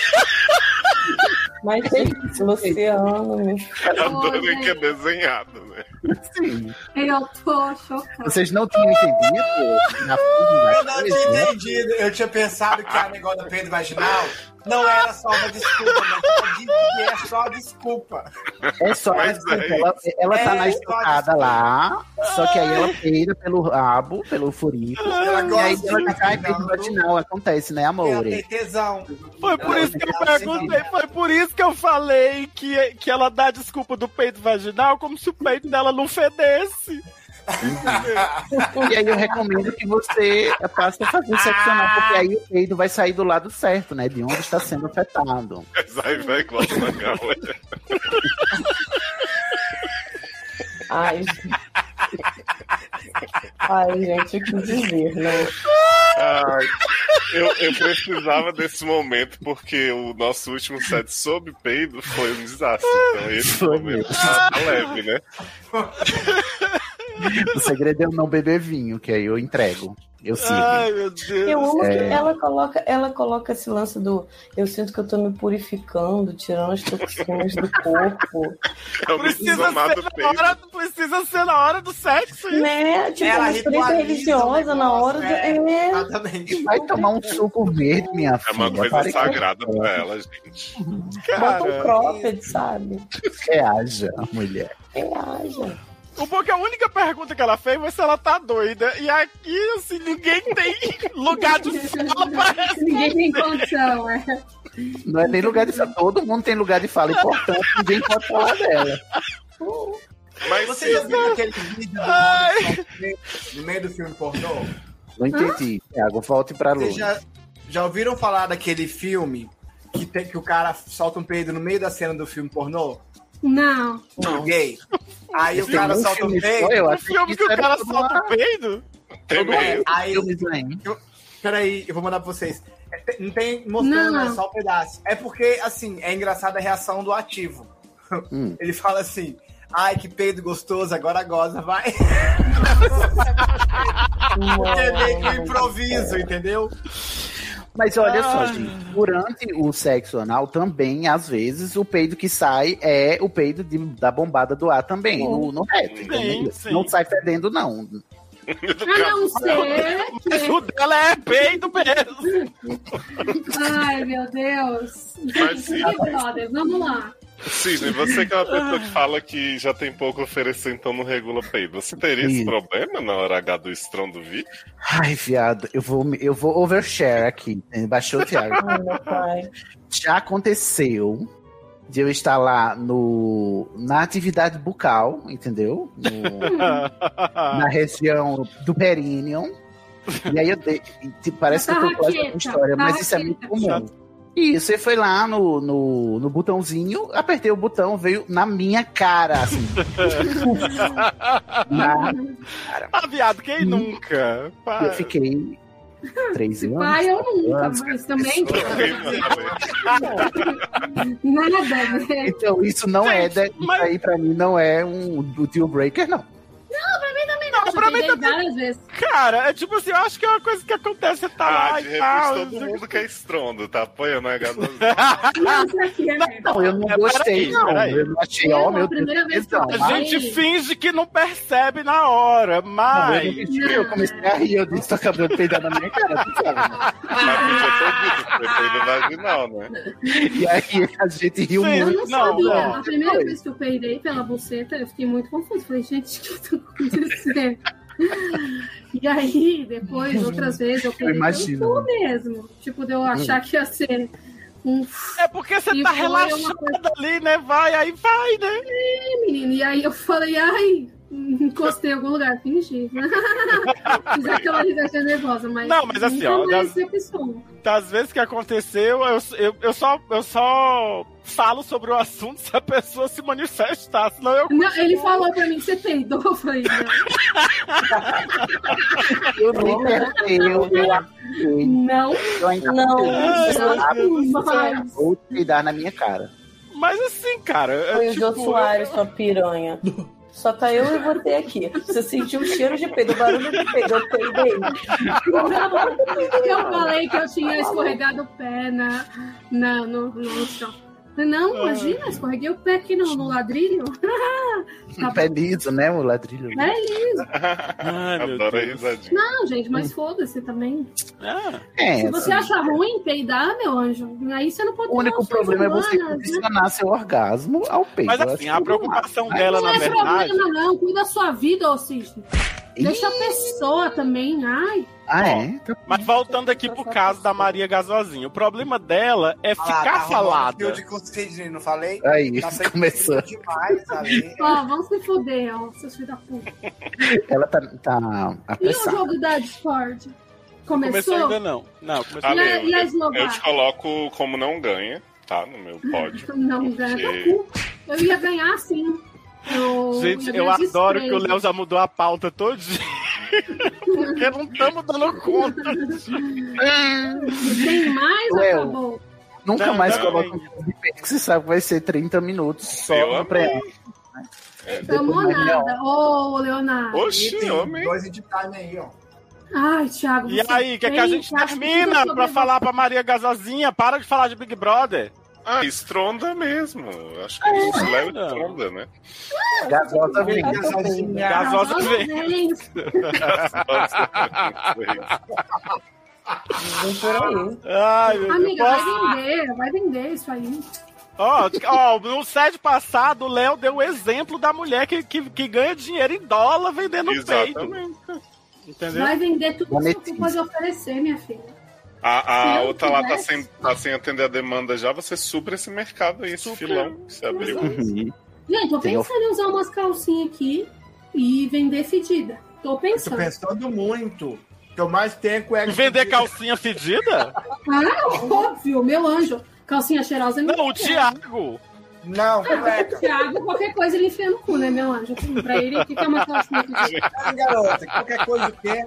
Mas tem Luciano, meu Eu Olha adorei aí. que é desenhado, né? sim. Eu tô chocada. Vocês não tinham entendido? Na é. Eu na não coisa, tinha entendido. Eu tinha pensado que a negócio da peida vaginal não era só uma desculpa, mas eu disse que é só desculpa. é só Mas é ela, ela tá É, na estocada lá, só que aí ela peida pelo rabo, pelo furico. Ela E aí gosta ela tá de cai peidar, peido não? vaginal, acontece, né, Ela amor? tem É tesão. Foi por isso que eu perguntei, foi por isso que eu falei que, que ela dá a desculpa do peito vaginal como se o peito dela não fedesse. E aí eu recomendo que você passe a fazer sexo anal, porque aí o peido vai sair do lado certo, né? De onde está sendo afetado. Mas aí vai igual na galera. Ai, gente. Ai, gente, o que dizer, né? Ai, eu, eu precisava desse momento, porque o nosso último set sob peido foi um desastre. Então esse Foi momento tá, tá leve, né? O segredo é eu não beber vinho, que aí eu entrego. Eu sigo. Ai, meu Deus. Eu amo que É. ela coloca, ela coloca esse lance do eu sinto que eu tô me purificando, tirando as toxinas do corpo. É um Precisa ser, na hora, precisa ser na hora do sexo, isso. Né? Tipo, uma experiência religiosa na hora do. É. Vai tomar um suco verde, minha É filha. uma coisa Para é. com- sagrada pra ela, gente. Bota um cropped, sabe? Reaja, mulher. Reaja. O bom é que a única pergunta que ela fez foi se ela tá doida. E aqui, assim, ninguém tem lugar de fala pra responder. Ninguém tem condição, é. Não é nem lugar de fala. Todo mundo tem lugar de fala importante, ninguém pode falar dela. Mas você já viu aquele vídeo do Ai. no meio do filme pornô? Não entendi. Thiago, volte pra Vocês longe. já, já ouviram falar daquele filme que, tem, que o cara solta um peido no meio da cena do filme pornô? Não. Gay. Aí o cara solta um peido. é peido? Tem medo. Ah, Aí, né? eu, peraí, eu vou mandar pra vocês. É, tem- Não tem mostrando, Não. é só um pedaço. É porque, assim, é engraçada a reação do ativo. Hum. Ele fala assim: ai, que peido gostoso, agora goza, vai. Porque é meio que um improviso, entendeu? Mas olha Ah. só, gente, durante o sexo anal também, às vezes, o peido que sai é o peido de- da bombada do ar também, no, no reto. Então, Sim, não- sim. não sai fedendo, não. A não ser. Mas o dela é peido mesmo. Ai, meu Deus. Vai Gente, sim. Big Brother, vamos lá. Cisne, você que é uma pessoa que fala que já tem pouco a oferecer, então não regula peido. Você teria esse Isso. problema na hora H do estrão do Vi? Ai, viado, eu vou, me- eu vou overshare aqui. né? Baixou o Thiago. Ai, meu pai. Já aconteceu de eu estar lá no, na atividade bucal, entendeu? No- na região do perineum. E aí eu dei, e, tipo, parece que eu tô quase Barraqueta, uma história, mas isso é muito comum. E você foi lá no, no, no botãozinho, apertei o botão, veio na minha cara, assim. na, Ah, viado, quem Hum. nunca? Pá. eu fiquei 13 anos. Pai, eu nunca, anos. mas também. Tá Nada, né? Então, isso não é. de- Isso aí pra mim não é um, um deal breaker, não. Não, pra mim também não. Não, Já pra mim peguei também. várias vezes. Cara, é tipo assim, eu acho que é uma coisa que acontece, você tá Ah, lá de e repente tal. todo não sei o mundo quer estrondo, tá apoiando a H do Tá Não, isso aqui é merda. Não, eu não gostei, peraí, não. peraí. Eu não achei, Eu, ó, a meu primeira Deus. vez que não, eu que. mas- A gente finge que não percebe na hora, Não, eu, mas. não menti, eu comecei a rir, eu disse, tô acabando de peidar na minha cara, tu sabe? peido vaginal, né? E aí a gente riu Sim, Eu muito. não, Não, sabia. não. A primeira vez que eu peidei pela buceta, eu fiquei muito confusa. Falei, gente, o que tá acontecendo? e aí, depois, outras vezes, eu peidei imagino. pelo cu mesmo. Tipo, de eu achar que ia ser um É porque você E tá foi relaxada uma ali, né? Vai, aí vai, né? Ih, menino. E aí eu falei, ai, encostei em algum lugar, fingi. Fiz aquela risadinha nervosa, mas. Não, mas assim, nunca ó, mais das- eu fiz som. Das Então, vezes que aconteceu, eu, eu, eu, só, eu só falo sobre o assunto se a pessoa se manifestar, senão eu. Não, ele falou pra mim, você peidou? Eu falei, Eu não perdi, eu, eu achei. Não, Eu ainda não, Então, Ai, não, Ah, meu não. vou peidar na minha cara. Mas assim, cara. é Foi o tipo, Jô Soares, sua piranha. Só tá eu e você aqui. Você sentiu o cheiro de peido, o barulho de peido, eu peidei. não. eu falei que eu tinha escorregado o pé na, na, no, no chão. Não, Ah. imagina, escorreguei o pé aqui no, no ladrilho. Um pé liso, né, o ladrilho. É liso. Ai, meu Adoro a Deus. risadinha. Não, gente, mas foda-se também. Ah, É, Se você assim, acha ruim peidar, meu anjo, aí você não pode o único não, problema é são você humanas, né? condicionar seu orgasmo ao peito. mas Eu acho assim, que a não preocupação há. dela, Não na é verdade. problema, não. Cuida da sua vida, ô Cisne. Ih, Deixa a pessoa também. Ai, Ah, é? Tá Mas voltando aqui pro caso da Maria Gasozinha, o problema dela é Ah, ficar tá rolando falada. fio de cocídio, não falei? Aí, Tá sendo começando. demais ali. ó, vão se foder, ó, seus filhos da puta. Ela tá, tá E o apressada. jogo da Discord? Começou Começou? ainda não. Não, começou Ah, e, ainda meu. a, e é a Eslovar? Eu te coloco como não ganha, tá? No meu pódio. Então, Não, ganha teu cu. Eu ia ganhar sim. Eu, não. ia Gente, eu ganhar de adoro que o três. Léo já mudou a pauta todinha. Porque não estamos dando conta. Tem mais ou Léo. acabou? Nunca Não, mais não, coloca um de peito que você sabe que vai ser 30 minutos só Eu no amei. preâmbulo. É, Foi a Monada. Ô, Leonardo. Oxi, homem. Dois de time aí, ó. Ai, Thiago. E você aí, quer que a tem- gente acha que termina tudo é pra sobre- falar pra Maria Gasozinha? Para de falar de Big Brother. Ah, estronda mesmo. Acho que Ah. isso leva estronda, né? Tá Gasosa vem. Ah, Gasosa vem. Ai, meu Amiga, Deus. vai Posso- vender, vai vender isso aí. Ó, ó, no sede passado, o Léo deu o exemplo da mulher que, que, que ganha dinheiro em dólar vendendo o peito. Entendeu? Vai vender tudo que Monetiza. você pode oferecer, minha filha. A, a Se eu outra lá tá quisesse. sem, tá sem atender a demanda já, você supra esse mercado aí, esse filão que se abriu. é Gente, tô Tem pensando em usar umas calcinhas aqui e vender fedida. Tô Tô pensando. pensando muito. O que eu mais tenho é. Vender calcinha fedida? Ah, óbvio, meu anjo. Calcinha cheirosa é meu Não, o Thiago. Não, É, Ah, o Thiago, qualquer coisa ele enfia no cu, né, meu anjo? Pra ele, o que que é uma calcinha fedida? Ah, garota, qualquer coisa que é.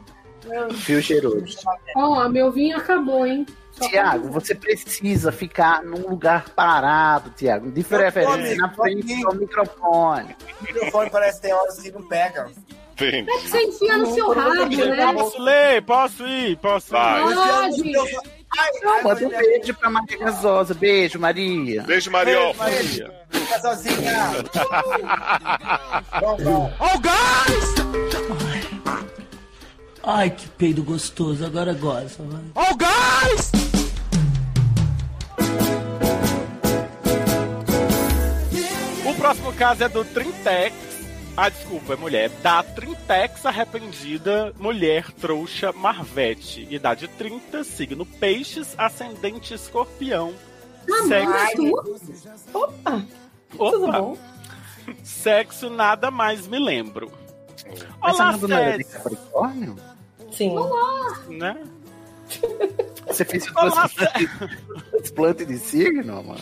Fio cheiroso. Ó, meu vinho acabou, hein? Só Tiago, você precisa ficar num lugar parado, Tiago. De preferência, amigo, na tô frente do microfone. O microfone parece que tem horas que não pega. é. Tem. É que você enfia no seu rabo, né? Posso ler? Posso ir? Posso ir? é Pode. Não, manda um beijo pra Maria Gasosa. Beijo, Maria. Beijo, Maria. Fica sozinha. Oh, guys! Ai, que peido gostoso. Agora gosta, vai. Oh, guys! O próximo caso é do Trintex. Ah, desculpa, é mulher. Da Trintex arrependida, mulher trouxa Marvete. Idade 30, signo peixes, ascendente escorpião. Ah, mas Sexo... Opa! Opa! Sexo nada mais me lembro. Essa Olá, Amanda não era de sexo. Capricórnio? Sim. Né? Você fez o Olá, transplante de signo, mano?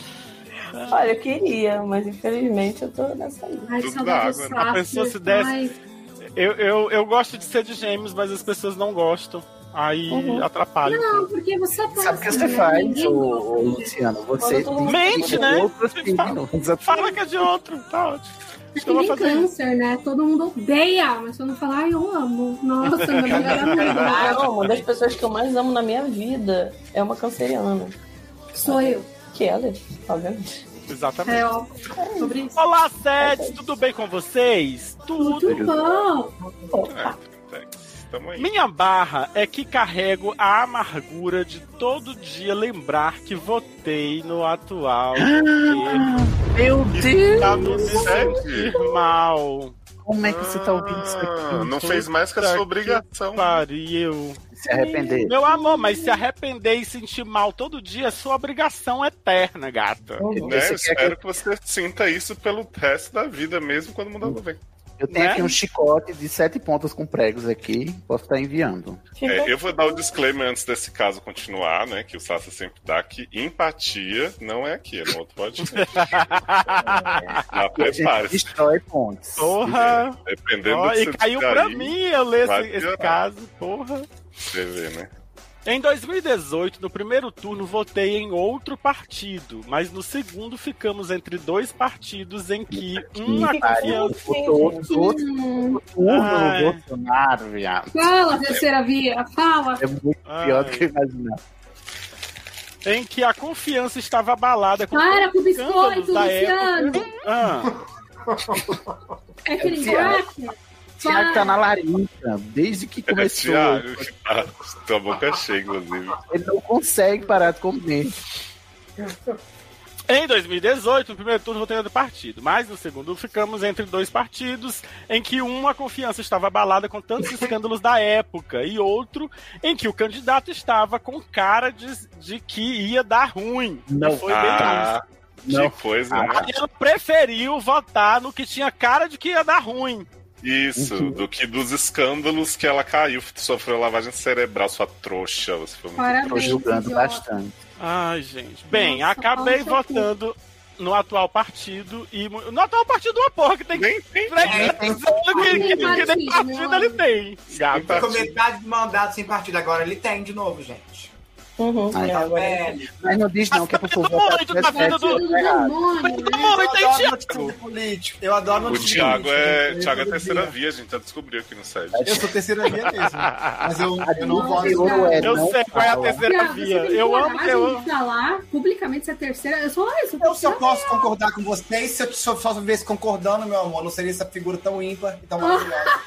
Olha, eu queria, mas infelizmente eu tô nessa aí. Ai, Tudo da água, né? A pessoa se desce. Eu, eu, eu gosto de ser de gêmeos, mas as pessoas não gostam. Aí Uhum. atrapalha. Não, porque você é Sabe o que assim, você né? faz, Ninguém ô, gosta. ô, Luciano? Você Quando todo mundo- Mente, né? Outro signo. Fala que é de outro, tá ótimo. É que nem câncer, né? Todo mundo odeia, mas quando fala, ai, eu amo. Nossa, meu melhor amigo. Ah, não, uma das pessoas que eu mais amo na minha vida é uma canceriana. Sou eu. Que ela, obviamente. Tá Exatamente. É, ó. Olá, Sede, tudo bem com vocês? Tudo, tá, É, tamo aí. Minha barra é que carrego a amargura de todo dia lembrar que votei no atual. Ah. Meu Tá me Deus! sentir mal. Como é que você tá ouvindo isso aqui? Ah, não fez mais que a sua obrigação. Pariu. Se arrepender. Meu amor, mas se arrepender e sentir mal todo dia é sua obrigação eterna, gata. Né? Eu espero que você sinta isso pelo resto da vida, mesmo quando mudar do bem. Eu tenho né? aqui um chicote de sete pontas com pregos aqui. Posso estar enviando. É, eu vou dar o disclaimer antes desse caso continuar, né? Que o Sassi sempre dá que empatia não é aqui, é no outro podcast. Já A gente prepare-se. destrói pontos. Porra! Dependendo Ó, do que e você caiu disser pra aí, mim eu ler vai esse, esse piorar. caso, porra. Você vê, né? Em 2018, no primeiro turno, votei em outro partido, mas no segundo ficamos entre dois partidos em que um a confiança. Urna Ai. no Bolsonaro, viado. Fala, terceira via, fala. É muito pior do que eu imaginava. Em que a confiança estava abalada com Para com o escândalos biscoito, da Luciano. época. Ah, É que ele Tiago. gosta. Tiago tá na laringa desde que É começou. Thiago, que tá tua boca cheia, inclusive. Ele não consegue parar de comer. Em 2018, no primeiro turno, votei em outro partido, mas no segundo ficamos entre dois partidos em que um a confiança estava abalada com tantos escândalos da época e outro em que o candidato estava com cara de, de que ia dar ruim. E foi bem ah, Não. Que coisa, Ah, né? Ela preferiu votar no que tinha cara de que ia dar ruim. Isso, do que dos escândalos que ela caiu, sofreu lavagem cerebral, sua trouxa. Você foi muito Parabéns, trouxa. julgando idiota. bastante. Ai, gente. Bem, Nossa, acabei fala isso aqui. votando no atual partido e. mu- No atual partido, uma porra que tem que. Nem, que, que, que, que nem partido né? ele tem. Tá assim. Ficou metade do mandato sem partido. Agora ele tem de novo, gente. Uhum. Ai, Tá não, agora é. Mas não diz não que é pro povo votar muito na vida 17, do- tá errado. né? Eu adoro notícia política. Eu adoro O notícia Thiago é, política. Thiago é terceira via, a gente já descobriu aqui no site. Eu sou terceira via mesmo. Mas eu, eu não voto. Eu sei qual é a terceira Thiago, via. você tem Eu amo, coragem eu de falar publicamente se é terceira. Eu sou ah, eu sou Eu só posso concordar com vocês se eu só só vivesse concordando, meu amor. Não seria essa figura tão ímpar e tão maravilhosa.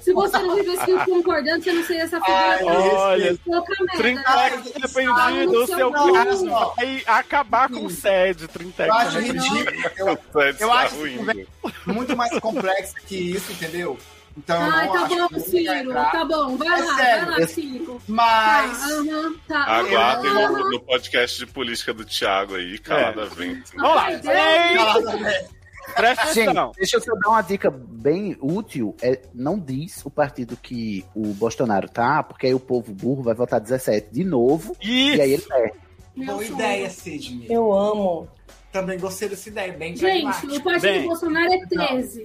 Se você não vivesse concordando, você não seria essa figura. Ai, olha, pouca merda. Trinquete né? dependido, Não, o seu não. caso vai acabar com o sede, Trinquete. Eu acho ridículo. Eu, Sede eu está acho essa ruim. conversa muito mais complexa que isso, entendeu? Então, eu Ai, não tá acho que bom, eu vou Ciro. entrar. Tá bom, vai É lá, sério, vai lá, esse- Ciro. Mas- Tá, aham, tá. Aguardem aham. o no podcast de política do Thiago aí, calada vento. Vamos lá. né? Presta atenção. Gente, deixa eu só dar uma dica bem útil. É, não diz o partido que o Bolsonaro tá, porque aí o povo burro vai votar 17 de novo. E aí ele perde. Boa ideia, Sidney. Eu amo. Também gostei dessa ideia, bem Gente, pragmática. o partido do Bolsonaro é 13. 13.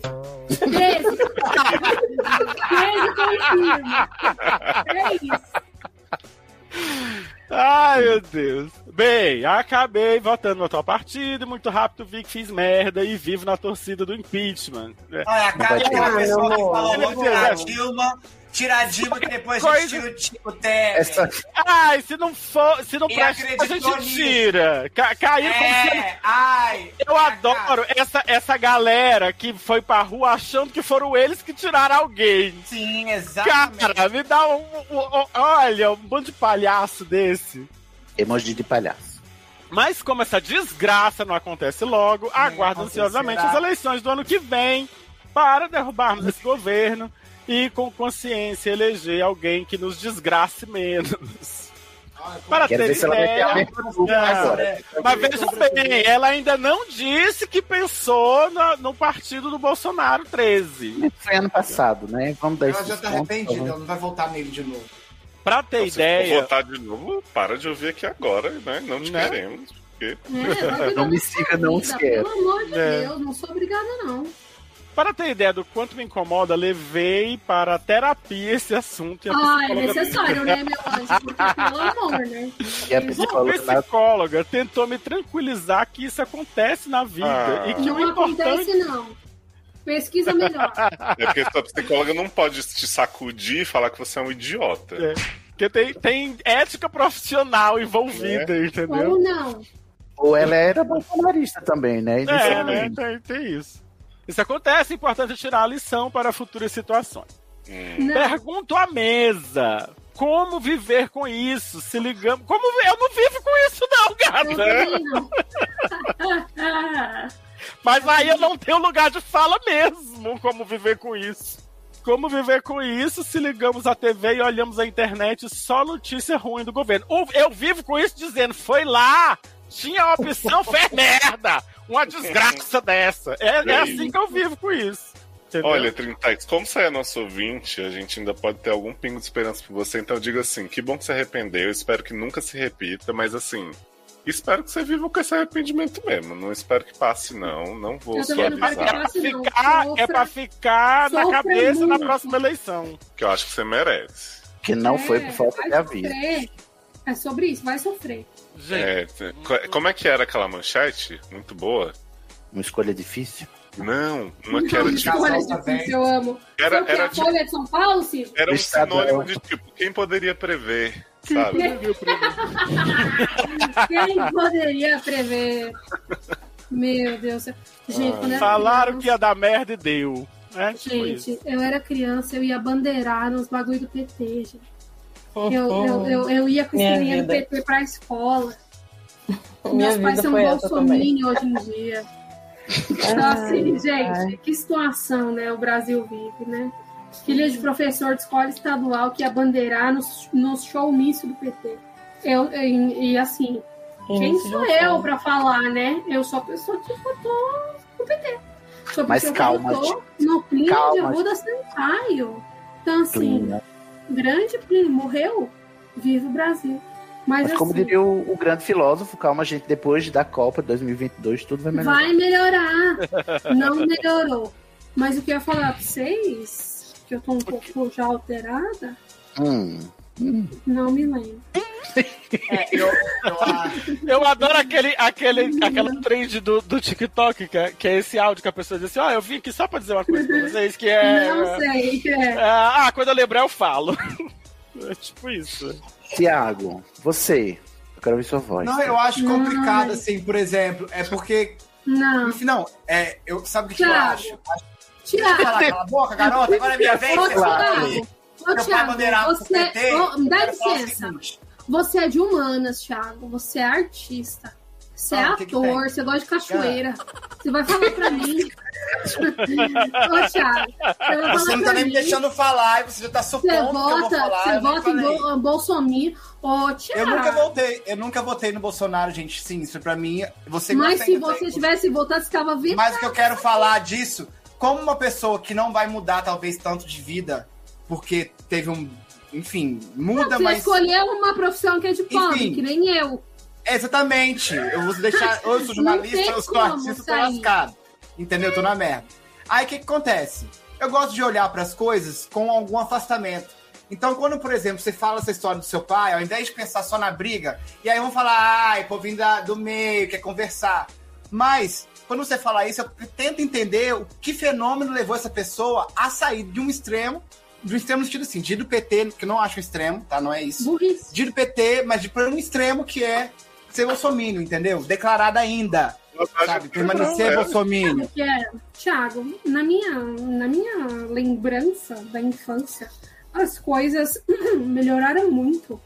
13 confirma. É isso. Ai, meu Deus. Bem, acabei votando no atual partido, muito rápido vi que fiz merda e vivo na torcida do impeachment. É. Olha, a cara daquela pessoa que falou, vou tirar a Olha, Dilma, tirar a Dilma que depois a gente tira o tipo Essa- Temer. Ai, se não for, se não E presta, a acreditou gente nisso. tira. Ca cair É, ai. Eu adoro essa, essa galera que foi pra rua achando que foram eles que tiraram alguém. Sim, exatamente. Cara, me dá um, um- um- olha, um bando de palhaço desse. Emoji de palhaço. Mas como essa desgraça não acontece logo, aguardo ansiosamente será? as eleições do ano que vem para derrubarmos esse governo e com consciência eleger alguém que nos desgrace menos. Para Quero é? ter ver se ela vai ter ideia, a mesma dúvida Não, agora. Mas veja bem, ela ainda não disse que pensou na- no, partido do Bolsonaro 13. Foi ano passado, né? Vamos é, dar Ela esse já tá desconto, arrependida, vamos. Ela não vai voltar nele de novo. Pra ter Então, Se ideia. for votar de novo, para de ouvir aqui agora, né? Não te queremos. Porque... É, Não me siga, não Vida, se Pelo amor de É. Deus, não sou obrigada, não. Para ter ideia do quanto me incomoda, levei para a terapia esse assunto. e a Ah, é psicóloga- necessário, né, meu anjo? Porque, pelo amor, né? E a né? psicóloga, tentou me tranquilizar que isso acontece na vida Ah. e que o Não É importante Ah, acontece, não. Pesquisa melhor. É porque sua psicóloga não pode te sacudir e falar que você é um idiota. É. Porque tem, tem ética profissional envolvida, entendeu? Ou não. Ou ela era bolsonarista também, né? É, né? Tem, tem isso. Isso acontece, é importante tirar a lição para futuras situações. Não. É. Pergunto à mesa. Como viver com isso? Se ligamos. Como vi- eu não vivo com isso, não, Eu gata! também não. Ah, Mas aí eu não tenho lugar de fala mesmo. Como viver com isso? Como viver com isso se ligamos à TV e olhamos a internet só notícia ruim do governo? Ou Eu vivo com isso dizendo: foi lá, tinha a opção, fez merda! Uma desgraça dessa. É, é Ei. assim que eu vivo com isso. Entendeu? Olha, Trintex, como você é nosso ouvinte, a gente ainda pode ter algum pingo de esperança por você. Então diga assim, que bom que você arrependeu, espero que nunca se repita, mas assim, espero que você viva com esse arrependimento mesmo. Não espero que passe, não. Não vou Eu também não quero que suavizar. passe, não. Ficar- é pra ficar na Sofra cabeça na muito. próxima eleição. Que eu acho que você merece. Que não foi é, por falta vai de aviso. sofrer. É sobre isso, vai sofrer. É, t- co- como é que era aquela manchete? Muito boa. Uma escolha difícil? Não, uma que era tipo. Olha, difícil, eu amo. Era- Foi o quê? era a tipo- Folha de São Paulo, Ciro? Era um Estadão. é. sinônimo de tipo, quem poderia prever, sabe? Quem poderia prever? Meu Deus. do céu. Gente, quando eu era Falaram que ia dar merda e deu. É, tipo isso. Gente, eu era criança, eu ia bandeirar nos bagulho do PT, gente. Eu, eu, eu, eu ia com Minha estrelinha do vida. PT pra escola. Meus Minha pais vida são foi essa também. bolsominion hoje em dia. Então, assim, gente, que situação, né? O Brasil vive, né? Filha de professor de escola estadual que ia bandeirar nos, nos showmício do PT. Eu, em- e assim, quem Início de sou um eu sonho. pra falar, né? Eu sou a pessoa que votou no PT. Sou a Mas pessoa calma, que votou gente. no Plínio de Calma, Arruda Sampaio. Então, assim, Plínio. grande Plínio morreu, vive o Brasil. Mas, Mas como assim, diria o, o grande filósofo, calma, gente, depois da Copa 2022 tudo vai melhorar. vai melhorar. Não melhorou. Mas o que eu ia falar pra vocês, que eu tô um pouco já alterada, Hum. Não me lembro. Eu adoro aquele, aquele, aquela trend do, do TikTok, que é, que é esse áudio que a pessoa diz assim, ó, eu vim aqui só pra dizer uma coisa pra vocês, que é... Não sei, que é. Ah, quando eu lembrar eu falo. É tipo isso. Tiago, você. Eu quero ouvir sua voz. é Não, eu acho complicado, assim, por exemplo. É porque. Não. Enfim, não. É, eu, sabe o que, que eu Tiago. acho? Tiago. Cala, cala a boca, garota. Agora é minha vez. Ô, você fala. Thiago, ô, Meu pai é Thiago, bandeirado pro você- é- PT, ô, me dá eu quero falar o licença. seguinte. Você é de humanas, Thiago. Você é artista. Você é Ah, o que que ator, tem? você gosta de cachoeira. Você vai falar pra mim. Ô, Thiago, você vai Você falar não pra tá nem me mim. deixando falar, e você já tá Você supondo que eu vou vota, falar. você eu nem vota em falei. Bol- Bolsonaro. Ô, Thiago. Eu nunca votei, eu nunca votei no Bolsonaro, gente. Sim, isso pra mim. Você Mas consegue- se você tivesse votado, você tava vendo. Mas o que eu quero falar disso, como uma pessoa que não vai mudar talvez tanto de vida, porque teve um, enfim, muda, você mas escolheu uma profissão que é de pobre, Enfim. que nem eu. exatamente. Eu vou deixar, ou eu sou Não jornalista, tem ou eu sou como artista, eu tô sair. lascado. Entendeu? Eu tô na merda. Aí o que, que acontece? Eu gosto de olhar para as coisas com algum afastamento. Então, quando, por exemplo, você fala essa história do seu pai, ao invés de pensar só na briga, e aí vão falar, ai, povinho da, do meio, quer conversar. Mas, quando você fala isso, eu tento entender o que fenômeno levou essa pessoa a sair de um extremo, de um extremo no sentido assim, de ir do PT, que eu não acho um extremo, tá? Não é isso. De ir do PT, mas de para um extremo que é ser bolsominion, entendeu? Declarado ainda. Sabe? Permanecer Não, é. bolsominion. Que é, Thiago, na minha, na minha lembrança da infância, as coisas melhoraram muito.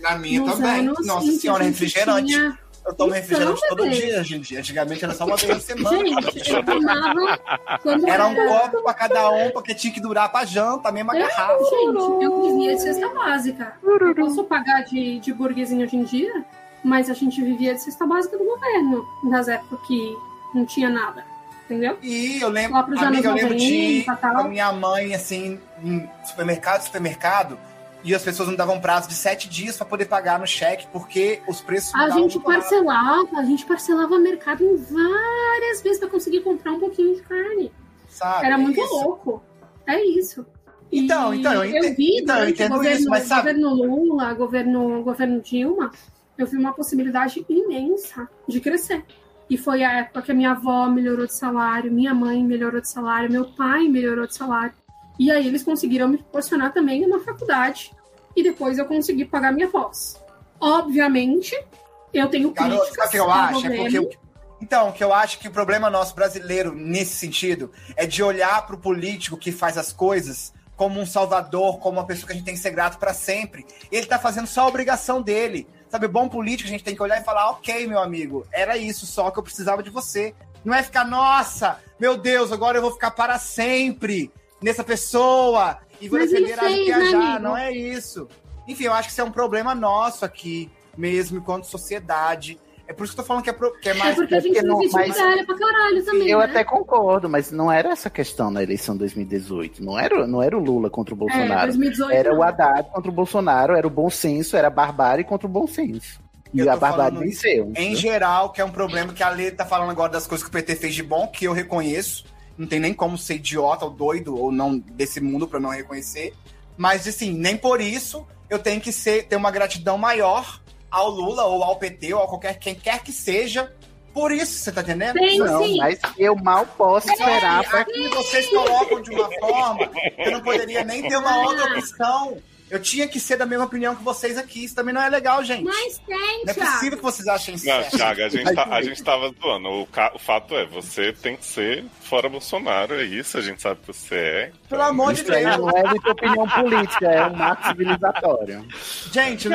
Na minha Nos também. anos em Nossa que senhora, a gente refrigerante. tinha- Eu tomo Então, refrigerante todo bebê. dia, gente. Antigamente era só uma vez na semana. Gente, eu tomava quando Era um era- copo pra cada um, porque tinha que durar pra janta, a mesma É, garrafa. gente, eu vivia de cesta básica. Eu posso pagar de, de burguesinha hoje em dia, mas a gente vivia de cesta básica do governo, nas épocas que não tinha nada. Entendeu? E eu lembro, Lá pros anos amiga, eu 90, lembro de ir com a tal. minha mãe, assim, em supermercado, supermercado, e as pessoas não davam um prazo de sete dias pra poder pagar no cheque, porque os preços A mudavam gente muito rápido. parcelava, a gente parcelava mercado em várias vezes pra conseguir comprar um pouquinho de carne. Sabe, Era é muito isso. louco. É isso. E Então, então, eu ente- vi então, eu durante entendo governo, isso, mas sabe- governo Lula, governo, governo Dilma, eu vi uma possibilidade imensa de crescer. E foi a época que a minha avó melhorou de salário, minha mãe melhorou de salário, meu pai melhorou de salário. E aí eles conseguiram me proporcionar também uma faculdade. E depois eu consegui pagar minha voz. Obviamente, eu tenho Garoto, críticas sabe o que eu ao acho? É governo. porque o- Então, o que eu acho que o problema nosso brasileiro, nesse sentido, é de olhar pro político que faz as coisas como um salvador, como uma pessoa que a gente tem que ser grato pra sempre. Ele tá fazendo só a obrigação dele. Sabe, bom político, a gente tem que olhar e falar: ok, meu amigo, era isso só que eu precisava de você. Não é ficar, nossa, meu Deus, agora eu vou ficar para sempre nessa pessoa e vou Mas ele defender a fez, né, viajar. amigo? Não é isso. Enfim, eu acho que isso é um problema nosso aqui, mesmo enquanto sociedade. É por isso que eu tô falando que é, pro- que é mais. porque a gente não, não- existe mas- medalha pra caralho também. Eu né? até concordo, mas não era essa questão na eleição de 2018. Não era, não era o Lula contra o É, Bolsonaro. 2018 era não. o Haddad contra o Bolsonaro, era o bom senso, era a barbárie contra o bom senso. E Eu a tô barbárie falando venceu. Em né? geral, que é um problema que a Lê tá falando agora das coisas que o PT fez de bom, que eu reconheço. Não tem nem como ser idiota ou doido ou não desse mundo pra não reconhecer. Mas, assim, nem por isso eu tenho que ser, ter uma gratidão maior ao Lula ou ao PT ou a qualquer quem quer que seja. Por isso, você tá entendendo? não, mas eu mal posso esperar pra Aqui vocês colocam de uma forma que eu não poderia nem ter uma outra opção. Eu tinha que ser da mesma opinião que vocês aqui. Isso também não é legal, gente. Mas tem, Não é possível que vocês achem isso. Não, certo. Thiago, a gente, tá, a gente tava zoando. O, ca- o fato é, você tem que ser fora Bolsonaro, é isso, a gente sabe que você é. Pelo amor de Isso aí Deus. não é muita opinião política, é um marco civilizatório. Gente,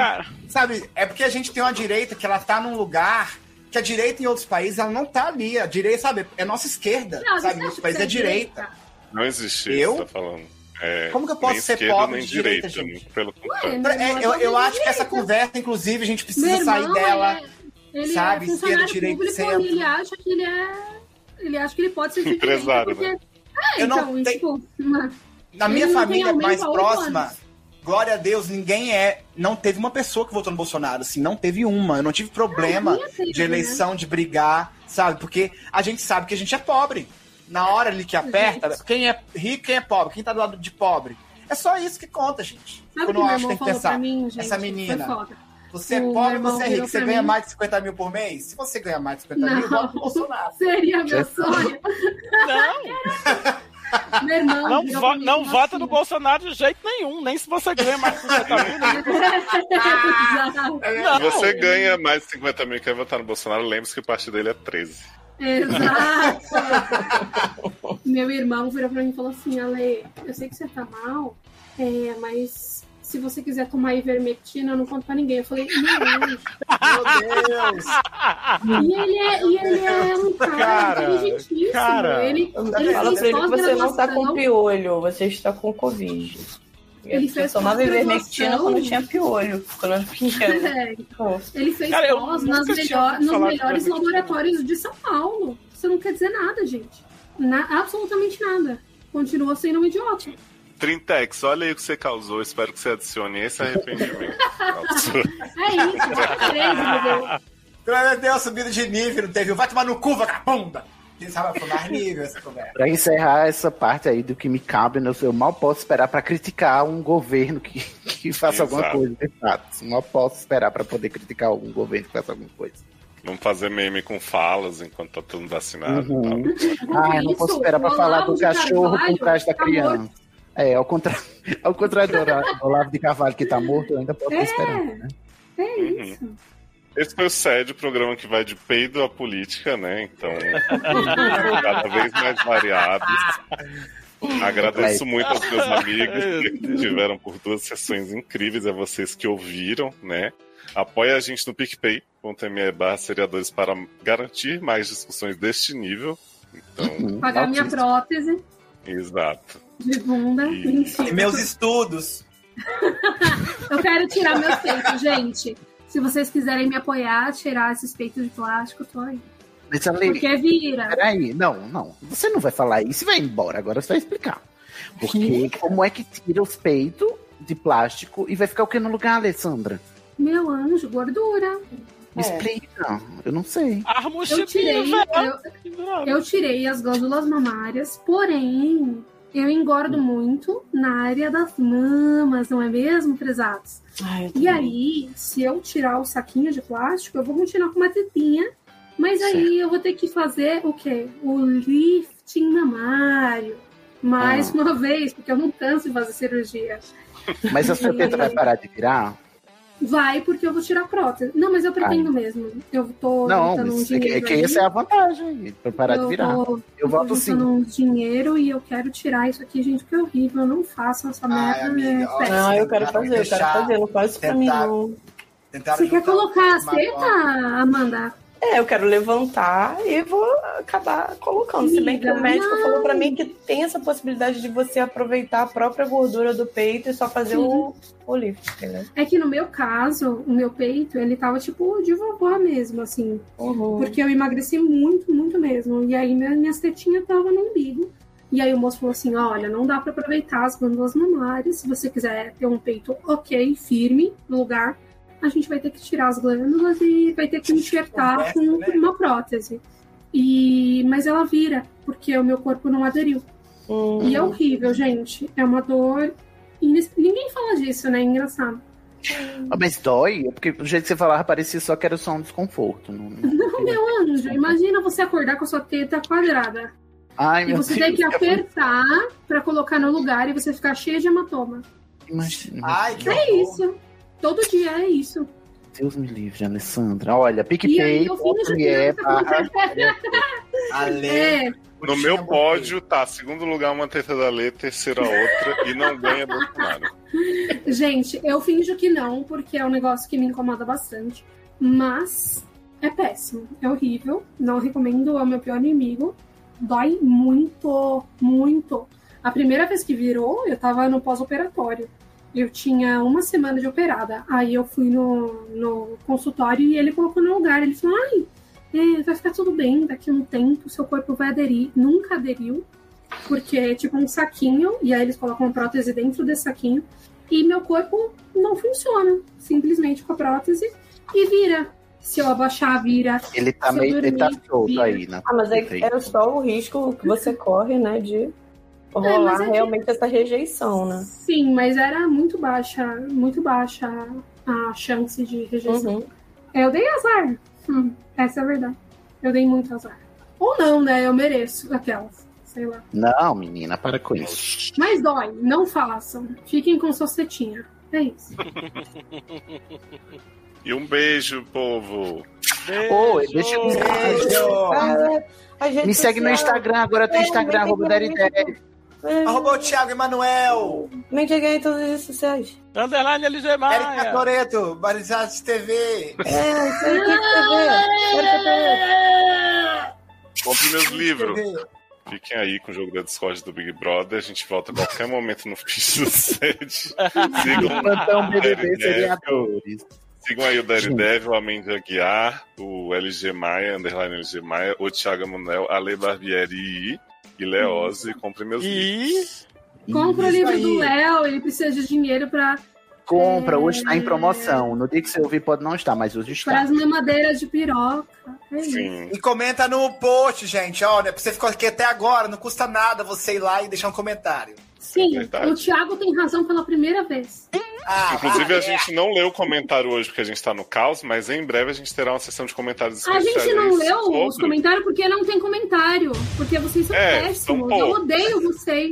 sabe, é porque a gente tem uma direita que ela tá num lugar que a direita em outros países ela não tá ali. A direita, sabe, é nossa esquerda. Não, você sabe, acha em outros que países você é é direita. Não existe isso, tá falando. É, Como que eu posso nem ser esquerda, pobre nem de direita, direita, muito pelo contrário. Pra- é, eu, eu acho que essa conversa, inclusive, a gente precisa Meu irmão, sair dela. ele é- Ele sabe, é funcionário esquerda, direita, público centro. e ele acha que ele é. Ele acha que ele pode ser de Empresário, direita, né? porque- É, Eu não então, e, tipo, Na ele minha não tem família aumento mais há oito próxima, anos. glória a Deus, ninguém é. Não teve uma pessoa que votou no Bolsonaro, assim, não teve uma. Eu não tive problema minha né? teve, de eleição, de brigar, sabe? Porque a gente sabe que a gente é pobre. Na hora ali que aperta, quem é rico, quem é pobre, quem tá do lado de pobre. É só isso que conta, gente. Sabe o eu que não meu acho que irmão tem que falou pensar. pra mim, gente? Essa menina. Foi foda. Você é O pobre, meu irmão você é virou rico. Você pra ganha mim- mais de 50 mil por mês? Se você ganhar mais de 50 mil, vota no Bolsonaro. Não, seria meu sonho. Não. Meu irmão, Não, virou vo- pra mim não e falou vota no Bolsonaro de jeito nenhum, nem se você ganha mais de 50 mil. nem se Ah, você- É, é, Não. Você ganha mais de 50 mil e quer votar no Bolsonaro, lembre-se que o partido dele é 13. Exato! Meu irmão virou pra mim e falou assim: Ale, eu sei que você tá mal, é, mas se você quiser tomar ivermectina, eu não conto pra ninguém. Eu falei: Não, Meu E ele é, e ele é um cara, Cara, inteligentíssimo. cara. ele, ele Fala fez pra ele que você não tá com pós-graduação. piolho, você está com Covid. Ele eu fez tomava pós-graduação. ivermectina quando tinha piolho. Quando eu tinha... É. Ele fez Cara, eu pós nunca nas tinha melhor- ouvido nos falar de melhores ivermectina. laboratórios de São Paulo. Isso não quer dizer nada, gente. Na- absolutamente nada. Continua sendo um idiota. 30x, olha aí o que você causou. Espero que você adicione esse arrependimento. É isso. Três, entendeu? Glória a Deus, subido de nível, não teve. um. Vai tomar no cu, vagabunda! Quem sabe foi mais nível essa conversa. Pra encerrar essa parte aí do que me cabe, né, eu mal posso esperar pra criticar um governo que, que faça alguma Exato. coisa, de fato. Mal posso esperar pra poder criticar algum governo que faça alguma coisa. Vamos fazer meme com falas enquanto tá todo mundo vacinado. e Uhum. tal. é Ah, eu não posso esperar pra o falar Olavo do de cachorro Carvalho por trás da tá morto. criança. É, ao contrário, ao contrário do Olavo- do Olavo de Carvalho que tá morto, eu ainda posso né? É. esperar. É isso. Esse foi o SED, o programa que vai de peido à política, né? Então, cada vez mais variados. Agradeço Vai. muito aos meus amigos que tiveram por duas sessões incríveis, a vocês que ouviram, né? Apoia a gente no PicPay.me barra seriadores para garantir mais discussões deste nível. Então, Pagar minha prótese Exato. de bunda. Mentira. Meus estudos. Eu quero tirar meus peitos, gente. Se vocês quiserem me apoiar, tirar esses peitos de plástico, tô aí. Mas, Ale, Porque vira. Peraí, não, não. Você não vai falar isso e vai embora. Agora você vai explicar. Porque como é que tira os peitos de plástico e vai ficar o que no lugar, Alessandra? Meu anjo, gordura. Me É. explica. Eu não sei. um Eu tirei, eu, eu tirei as glândulas mamárias, porém, eu engordo muito na área das mamas, não é mesmo, prezados? E aí, se eu tirar o saquinho de plástico, eu vou continuar com uma tetinha, mas aí eu vou ter que fazer o quê? O lifting mamário. Mais Ah. uma vez, porque eu não canso de fazer cirurgia. Mas a sua E- teta vai parar de virar? Vai, porque eu vou tirar a prótese. Não, mas eu pretendo mesmo. Eu tô Ah. Não, juntando um mas é que, é dinheiro que aí. essa é a vantagem. Pra parar de Eu virar. tô- eu tô volto sim. juntando um dinheiro e eu quero tirar isso aqui, gente, que é horrível. Eu não faço essa merda. né? Não, Ah, eu quero fazer, eu quero fazer, não faz isso pra mim não. Você quer colocar a seta, Amanda? É, eu quero levantar e vou acabar colocando. Se bem que o Amiga, médico não. falou pra mim que tem essa possibilidade de você aproveitar a própria gordura do peito e só fazer o, o lift, né? É que no meu caso, o meu peito, ele tava tipo de vovó mesmo, assim. Porque eu emagreci muito, muito mesmo. E aí minha- minhas tetinhas tava no umbigo. E aí o moço falou assim: olha, não dá pra aproveitar as glândulas mamárias. Se você quiser ter um peito ok, firme no lugar, a gente vai ter que tirar as glândulas e vai ter que enxertar com uma prótese. E mas ela vira, porque o meu corpo não aderiu. E é horrível, gente. É uma dor. ines- Ninguém fala disso, né? Engraçado. Ah, Mas dói? É Porque do jeito que você falava, parecia só que era só um desconforto. Não- não- Não, meu anjo, imagina você acordar com a sua teta quadrada. Ai, e É meu você Deus. tem que apertar pra colocar no lugar e você ficar cheia de hematoma. Imagina. Ai, É isso. Todo dia é isso. Deus me livre, Alessandra. Olha, E aí eu finjo que PicPay.me é barra Ale. É. No meu pódio tá segundo lugar uma teta da Lê, terceira outra e não ganha Bolsonaro. Gente, eu finjo que não, porque é um negócio que me incomoda bastante. Mas é péssimo, é horrível. Não recomendo, é o meu pior inimigo. Dói muito, muito. A primeira vez que virou, eu tava no pós-operatório. Eu tinha uma semana de operada. Aí eu fui no, no consultório e ele colocou no lugar. Ele falou: ai, é, vai ficar tudo bem, daqui a um tempo seu corpo vai aderir. Nunca aderiu, porque é tipo um saquinho, e aí eles colocam uma prótese dentro desse saquinho, e meu corpo não funciona, simplesmente com a prótese, e vira. Se eu abaixar, vira. Ele tá Se eu meio- ele dormir, tá solto vira. aí na- Ah, mas é, Entendi. é só o risco que você corre, né, de É, rolar mas é que- realmente essa rejeição, Ah. né? Sim, mas era muito baixa, muito baixa a a chance de rejeição. Uhum. Eu dei azar. Hum, essa é a verdade. Eu dei muito azar. Ou não, né? Eu mereço aquelas. Sei lá. Não, menina, para com isso. Mas dói, não façam. Fiquem com sua setinha. É isso. E um beijo, povo. é, Oi, deixa eu... Ah, Me segue no Instagram, agora É, É, tem Instagram, arroba Daridé. Arroba o Thiago Emanuel. Mendiga em todas as redes sociais. Underline LG Ah, é. Maia. Erika Toreto, Barizade TV. É, isso aí, tem que ver. Quero que Compre meus livros. Fiquem aí com o jogo da Discord do Big Brother. A gente volta a qualquer momento no feed do set. Sigam Plantão BBB Daredevil. seriadores. Sigam aí o Daredevil, a Mandy Aguiar, o LG Maia, underline LG Maia, o Thiago Manuel, Ale Barbieri e Leose. Compre meus livros. Compra o Isso livro aí. do Léo, ele precisa de dinheiro para Compra, hoje está É. em promoção. No dia que você ouvir pode não estar, mas hoje está. Tá. as mamadeiras de piroca. É isso. E comenta no post, gente. Olha, você ficou aqui até agora, não custa nada você ir lá e deixar um comentário. Sim, é Verdade. o Thiago tem razão pela primeira vez. Ah, Inclusive, a gente não leu o comentário hoje porque a gente está no caos, mas em breve a gente terá uma sessão de comentários A especiais. gente não aí leu os sobre- comentários porque não tem comentário. Porque vocês são É, são péssimos. Eu poucos. odeio vocês.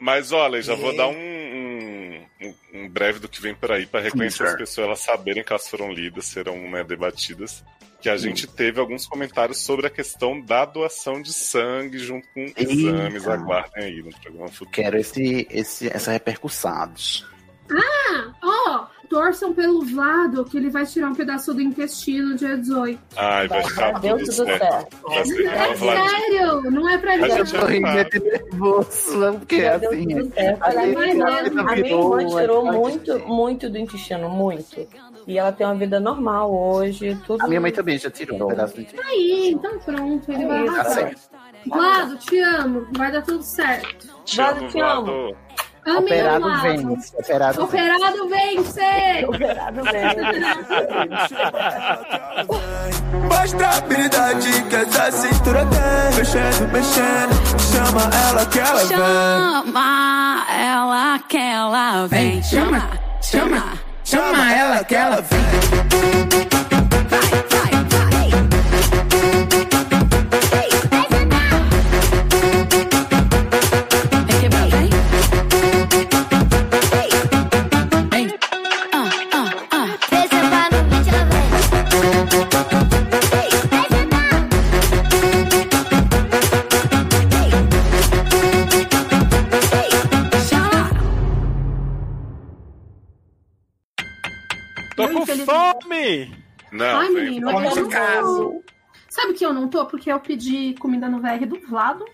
Mas olha, já vou dar um, um, um- um breve do que vem por aí para reconhecer as pessoas, elas saberem que elas foram lidas, serão né, debatidas. Que a gente teve alguns comentários sobre a questão da doação de sangue junto com exames. Eita. Aguardem aí no programa futuro. Quero esse, esse, essa repercussão. Ah, ó, torçam pelo Vlado que ele vai tirar um pedaço do intestino dia 18. Ai, vai ficar deu tudo tudo certo. Vai ser É uma Vladimir. sério, não é pra Mas gente. eu tô rindo, é nervoso, porque Já deu assim. tudo certo. Ela- assim, mas ela ela- não a minha virou, irmã tirou ela- muito, muito do intestino, muito. E ela tem uma vida normal hoje, tudo. A minha mãe também já tirou um pedaço do intestino. Aí, então pronto, ele vai Tá arrasar. certo. Vlado, te amo. Vai dar tudo certo. Vlado, te amo. Amei o Operado Vlado. vence. Operado vence. Operado vence! Operado Mostra a habilidade que essa cintura tem. Mexendo, mexendo. Chama ela que ela vem. Chama ela que ela vem. Vem, chama, chama, chama ela que ela vem. Tô com fome! Não, Ai, menino, vem. eu não tô. Sabe que eu não tô? Porque eu pedi comida no VR do Vlado.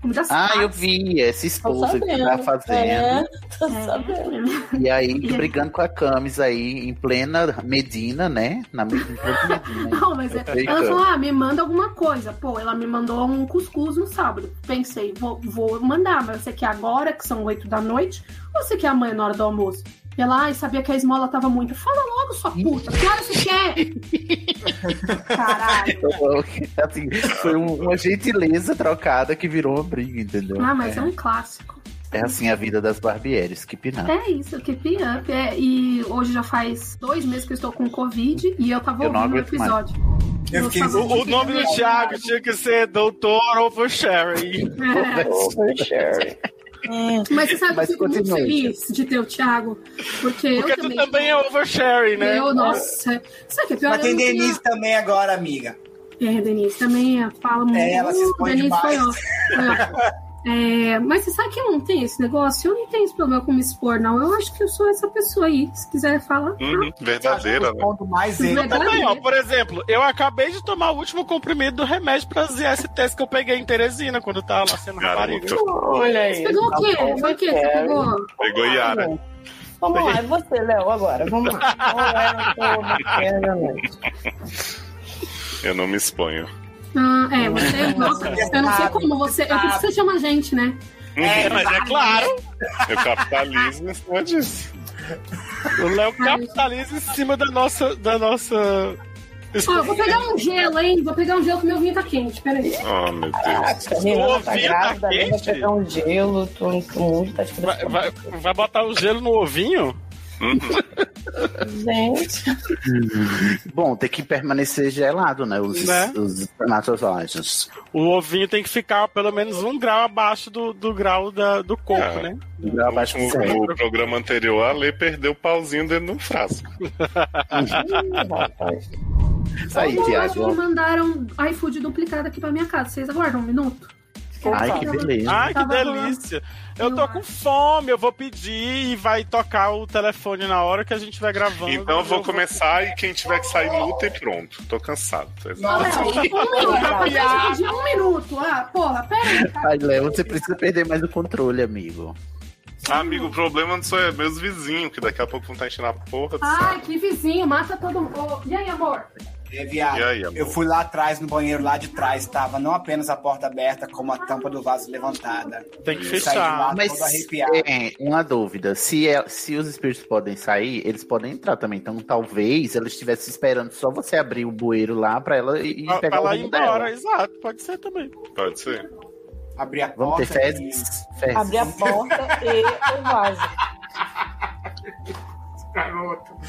Comida Ah, sábado. eu vi essa esposa que é. tá fazendo. tô É, sabendo. E aí, brigando com a Camis aí, em plena Medina, né? Na me- em plena Medina. Não, mas é, Perfeito. ela falou, ah, me manda alguma coisa. Pô, ela me mandou um cuscuz no sábado. Pensei, vou, vou mandar, mas você quer agora, que são oito da noite, ou você quer amanhã na hora do almoço? E Ela, ai, sabia que a esmola tava muito. Fala logo, sua puta, que hora você quer? Assim, foi um- uma gentileza trocada que virou uma briga, entendeu? ah, mas é é, um clássico. é assim a vida das barbieres, que pinar. É isso, keep up. É, e hoje já faz dois meses que eu estou com Covid e eu tava Eu não ouvindo o aguento mais. episódio. Eu fiquei- O, o nome é do Thiago tinha que ser Doutor Oversharing. É. Oversharing. Mas você sabe que eu Mas fico muito continue, feliz de ter o Thiago, porque, Porque eu tu também. também é oversharing, né? Eu, nossa. Sabe o que é pior? Mas tem Eu não tinha- Denise também agora, amiga. É, Denise também fala muito. É, Uh, ela se expõe Denise demais. foi ó- foi ó. É, mas você sabe que eu não tenho esse negócio? Eu não tenho esse problema com me expor, não. Eu acho que eu sou essa pessoa aí. Se quiser falar, Ah, Uhum, verdadeira, né? mais Eu também, ó, por exemplo, eu acabei de tomar o último comprimido do remédio para as ISTs que eu peguei em Teresina quando tava lá sendo rapariga. Olha aí. Você pegou o quê? Tá Foi o quê que você pegou? Pegou Yara. Vamos lá, é você, Léo, agora. Vamos lá. Eu não me exponho. Ah, é, você. Nossa, eu não sei como você. Eu preciso que você chama a gente, né? É, mas é claro. Eu capitalismo em cima disso. O Léo capitaliza em cima da nossa, da nossa Ó, vou pegar um gelo, hein? Vou pegar um gelo que meu vinho tá quente, peraí. Oh, meu Caraca, a Deus. Rihanna tá ouvindo, grávida, tá né? vai quente? pegar um gelo, tu mundo tá escuro. Vai, vai- vai botar o gelo no ovinho? Gente. Bom, tem que permanecer gelado, né? Os, Né? os espermatozoides. O ovinho tem que ficar pelo menos um grau abaixo do, do grau da, do corpo, É. né? é. No, no programa anterior, a Lê perdeu o pauzinho dentro de um frasco. Isso aí, Eu acho que Tiago. mandaram iFood duplicado aqui pra minha casa. Vocês aguardam um minuto? Ai, que beleza. Ai, que Tava delícia. Eu tô com fome, eu vou pedir e vai tocar o telefone na hora que a gente vai gravando. Então eu vou começar e quem tiver que sair luta e pronto. Tô cansado. Léo, um minuto, eu pedi um minuto. Ah, porra, peraí. Ai, Léo, você precisa perder mais o controle, amigo. Ah, amigo, o problema não sou eu, é meus vizinhos, que daqui a pouco vão estar enchendo a porra Ah. do saco. Ai, que vizinho, mata todo mundo. Ô, E aí, amor? É, viado. E aí, amor? eu fui lá atrás, no banheiro lá de trás, tava não apenas a porta aberta, como a tampa do vaso levantada. Tem que Saí de lá Mas todo arrepiado. é, uma dúvida: se, é- se os espíritos podem sair, eles podem entrar também. Então talvez ela estivesse esperando só você abrir o bueiro lá pra ela e e Pra, pra pegar o ela ir rumo embora, dela. exato, pode ser também. Pode ser. Abrir a Vamos ter porta. fezes? Fezes. Abrir a porta e o vaso.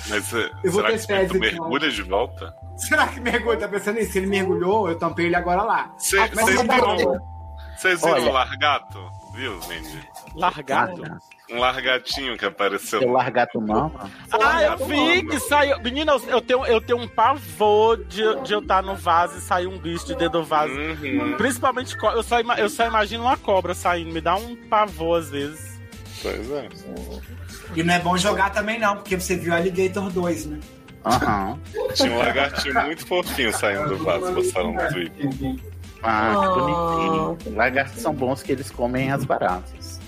Mas eh, Eu vou ter então. será que o tese, espírito mergulha de volta? Será que mergulha? Tá pensando nisso? Se ele mergulhou, eu tampei ele agora lá. Cê- Ah, mas cês eu tava- viram- Vocês viram Olha. o largato? Viu, Mindy? Ah, Largato? tá. Um largatinho que apareceu. Seu largato mama. Ah, eu vi que saiu. Menina, eu- eu tenho, eu tenho um pavor de, de eu estar no vaso e sair um bicho de dentro do vaso. Uhum. Hum. Principalmente, co- eu só, ima- eu só imagino uma cobra saindo. Me dá um pavor às vezes. Pois é. E não é bom jogar também, não, porque você viu Alligator 2, né? Aham. Tinha um lagartinho muito fofinho saindo do vaso, botaram no Twitter. Ah, que bonitinho. Lagartos são bons que eles comem as baratas.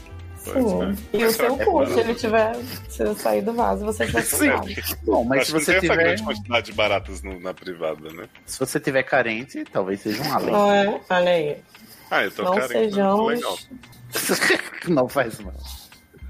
é. E o seu cu, se ele tiver. Se eu sair do vaso, você vai ficar. Bom, mas se Acho que você não tem tiver- essa grande quantidade de baratas no- na privada, né? Se você tiver carente, talvez seja um além. é? Olha aí. Ah, eu tô Não carente. sejamos- né? Legal. Não faz mal.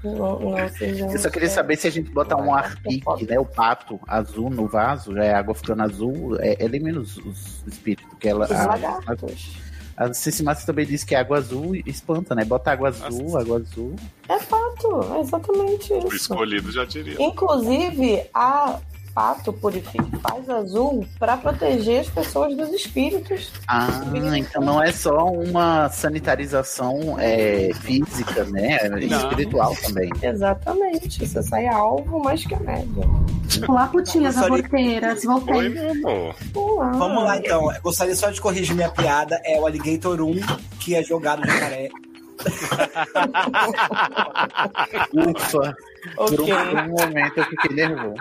Não, não sejam. Eu só queria saber se a gente botar um arpique, né? O pato azul no vaso, já é água ficando azul, é, elimina os, os espíritos. Que ela, Os lagartos. a, a Cici Massa também disse que água azul espanta, né? Bota água azul, água azul. É fato, é exatamente O isso. escolhido já diria. Inclusive, a Pato Purifica faz azul para proteger as pessoas dos espíritos. Ah, então não é só uma sanitarização é, física, né? É Não. Espiritual também. Exatamente. Você sai alvo mais que a média. Olá, putinhas Eu gostaria- aborteiras. Voltei. Olá. Vamos lá, então. Eu gostaria só de corrigir minha piada. É o Alligator 1, que é jogado no jacaré. Ufa! Por Ok. um, um momento eu fiquei nervoso.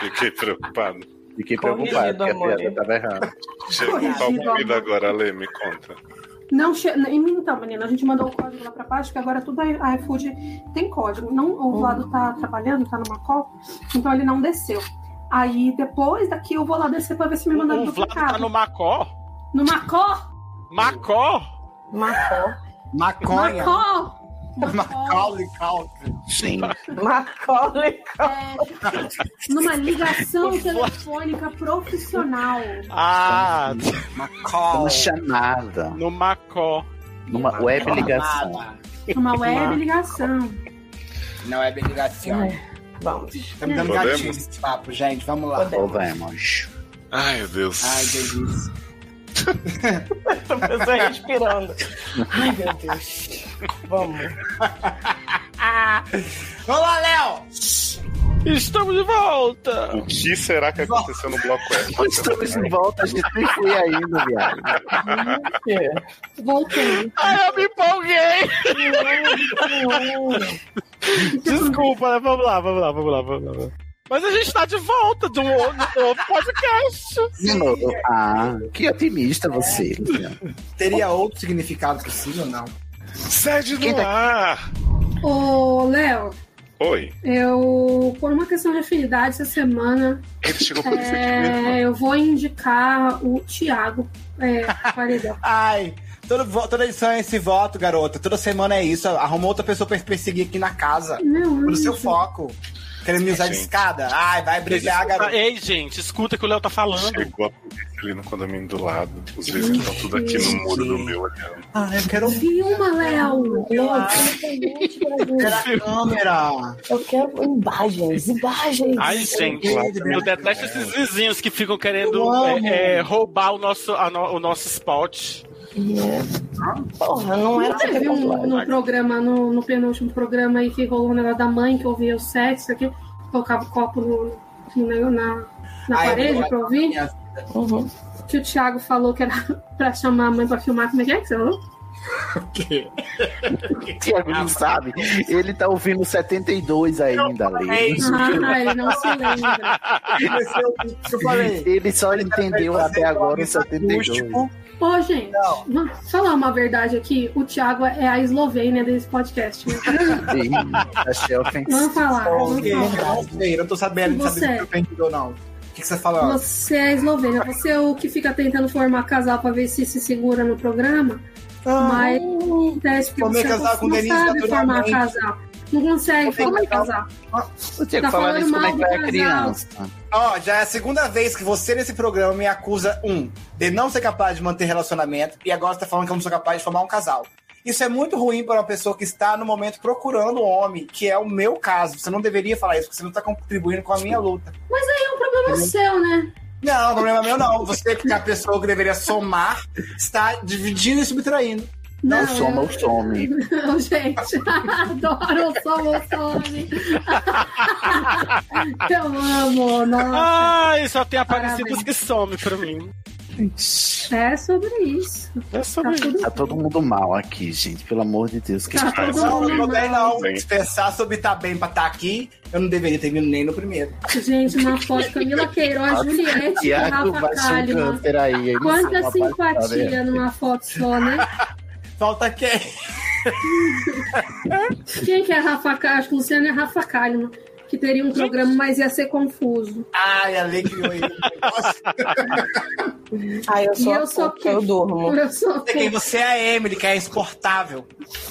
Fiquei preocupado. Fiquei preocupado, Corrigido, porque a piada amor. estava errada. Chegou Corrigido, qual comida amor. agora, Lê? Me conta. Não che... Então, menina, a gente mandou o código lá pra baixo, que agora tudo a iFood tem código. Não, o Hum. Vlado tá trabalhando, tá numa call, então ele não desceu. Aí depois daqui eu vou lá descer pra ver se me mandaram O Vlado tá duplicado. no Macó? No Macó? Macó? Macó. Maconha. Macó! Macaulay Culkin. Sim. Macaulay É, Numa ligação telefônica profissional. Ah! Macó. Uma chamada. No Macó. Numa web ligação. Uma web ligação. Não é bem ligação. Vamos. Estamos Tá dando Podemos? gatilho esse papo, gente. Vamos lá. Podemos. Ai, meu Deus. Ai, delícia. A pessoa respirando. Ai, meu Deus. Vamos. Vamos lá, Léo! Estamos de volta! O que será que aconteceu no bloco F? Estamos de volta, a gente nem foi ainda, viado. Voltei. Ai, eu me empolguei! Desculpa, né? vamos lá, vamos lá, vamos lá, vamos lá. Mas a gente tá de volta do outro podcast. De novo. Ah, que otimista você. Teria outro significado possível, não? Sede no ar! Ô, Léo, Oi. eu, por uma questão de afinidade essa semana, Ele chegou por isso aqui mesmo. é, eu vou indicar o Thiago é, Paredão. Ai, todo vo- toda edição é esse voto, garota. Toda semana é isso. Arruma outra pessoa pra perseguir aqui na casa. Não, Pelo não. seu foco. Querendo me usar de Gente. escada? Ai, vai brigar, garoto. Ei, gente, escuta o que o Léo tá falando. assim, Chegou a polícia ali no condomínio do lado. Os vizinhos estão tudo aqui no muro do meu olhando. Ah, eu quero Filma, Léo! Pela câmera. Eu quero imagens, imagens. Ai, gente, eu detesto esses vizinhos que ficam querendo Eu amo. é, é, roubar o nosso, a no- o nosso spot. Porra, não é? era Não pra ter teve um, controle. no programa, no, no penúltimo programa aí que rolou o negócio da mãe, que ouvia o sexo aqui, colocava o copo no, no nego- na, na Ai, parede agora pra ouvir. minha Uhum. Que o Thiago falou que era pra chamar a mãe pra filmar. Como é que é que você falou? Tiago não é sabe. Ele tá ouvindo 72 ainda, é Lê. isso. Ah, ele não se lembra. Ele só tá entendeu até um agora o 72. Ô, gente, vamos falar uma verdade aqui. O Thiago é a Eslovênia desse podcast. né? Ih, achei Vamos ofensivo. falar, vamos Ok, Ah, eu falar. não sei, eu não tô sabendo, não Você. sabendo se eu ofendido ou não. O que, que você tá falou? Você é a Eslovênia. Você é o que fica tentando formar casal pra ver se se segura no programa. mas parece que Formei você casal com não Denise sabe formar naturalmente. casal. Não consegue Formei formar casal. casal. Eu tinha Tá que falar falando isso como é mal que eu do era casal. criança. Ó, já é a segunda vez que você nesse programa me acusa, um, de não ser capaz de manter relacionamento, e agora você tá falando que eu não sou capaz de formar um casal. Isso é muito ruim para uma pessoa que está no momento procurando um homem, que é o meu caso. Você não deveria falar isso, porque você não tá contribuindo com a minha luta. Mas aí é um Uhum. problema seu, né? Não, problema meu não. Você que é a pessoa que deveria somar, está dividindo e subtraindo. Não, Não, soma o some. Não, gente. Adoro o som, o som. Eu amo, nossa. Ai, só tem aparecidos que some pra mim. É sobre isso. É sobre tá tudo Tá todo mundo mal aqui, gente. Pelo amor de Deus. Que Tá paz. todo Não, mundo não bem não. Sim. Se pensar sobre estar bem pra estar aqui, eu não deveria ter vindo nem no primeiro. Gente, uma foto Camila Queiroz, Juliette e Tiago Rafa vai um sugando. Kalimann. Peraí. ele soma Quanta a parte, tá simpatia vendo? numa foto só, né? Falta quem? Quem que é Rafa Kalimann? Acho que o Luciano é Rafa Kalimann, que teria um programa, mas ia ser confuso. Ai, a lei criou ele. Ah, eu E sou a eu sou puta, quem? eu durmo. Eu sou Você é quem? quem? Você é a Emily, que é insuportável.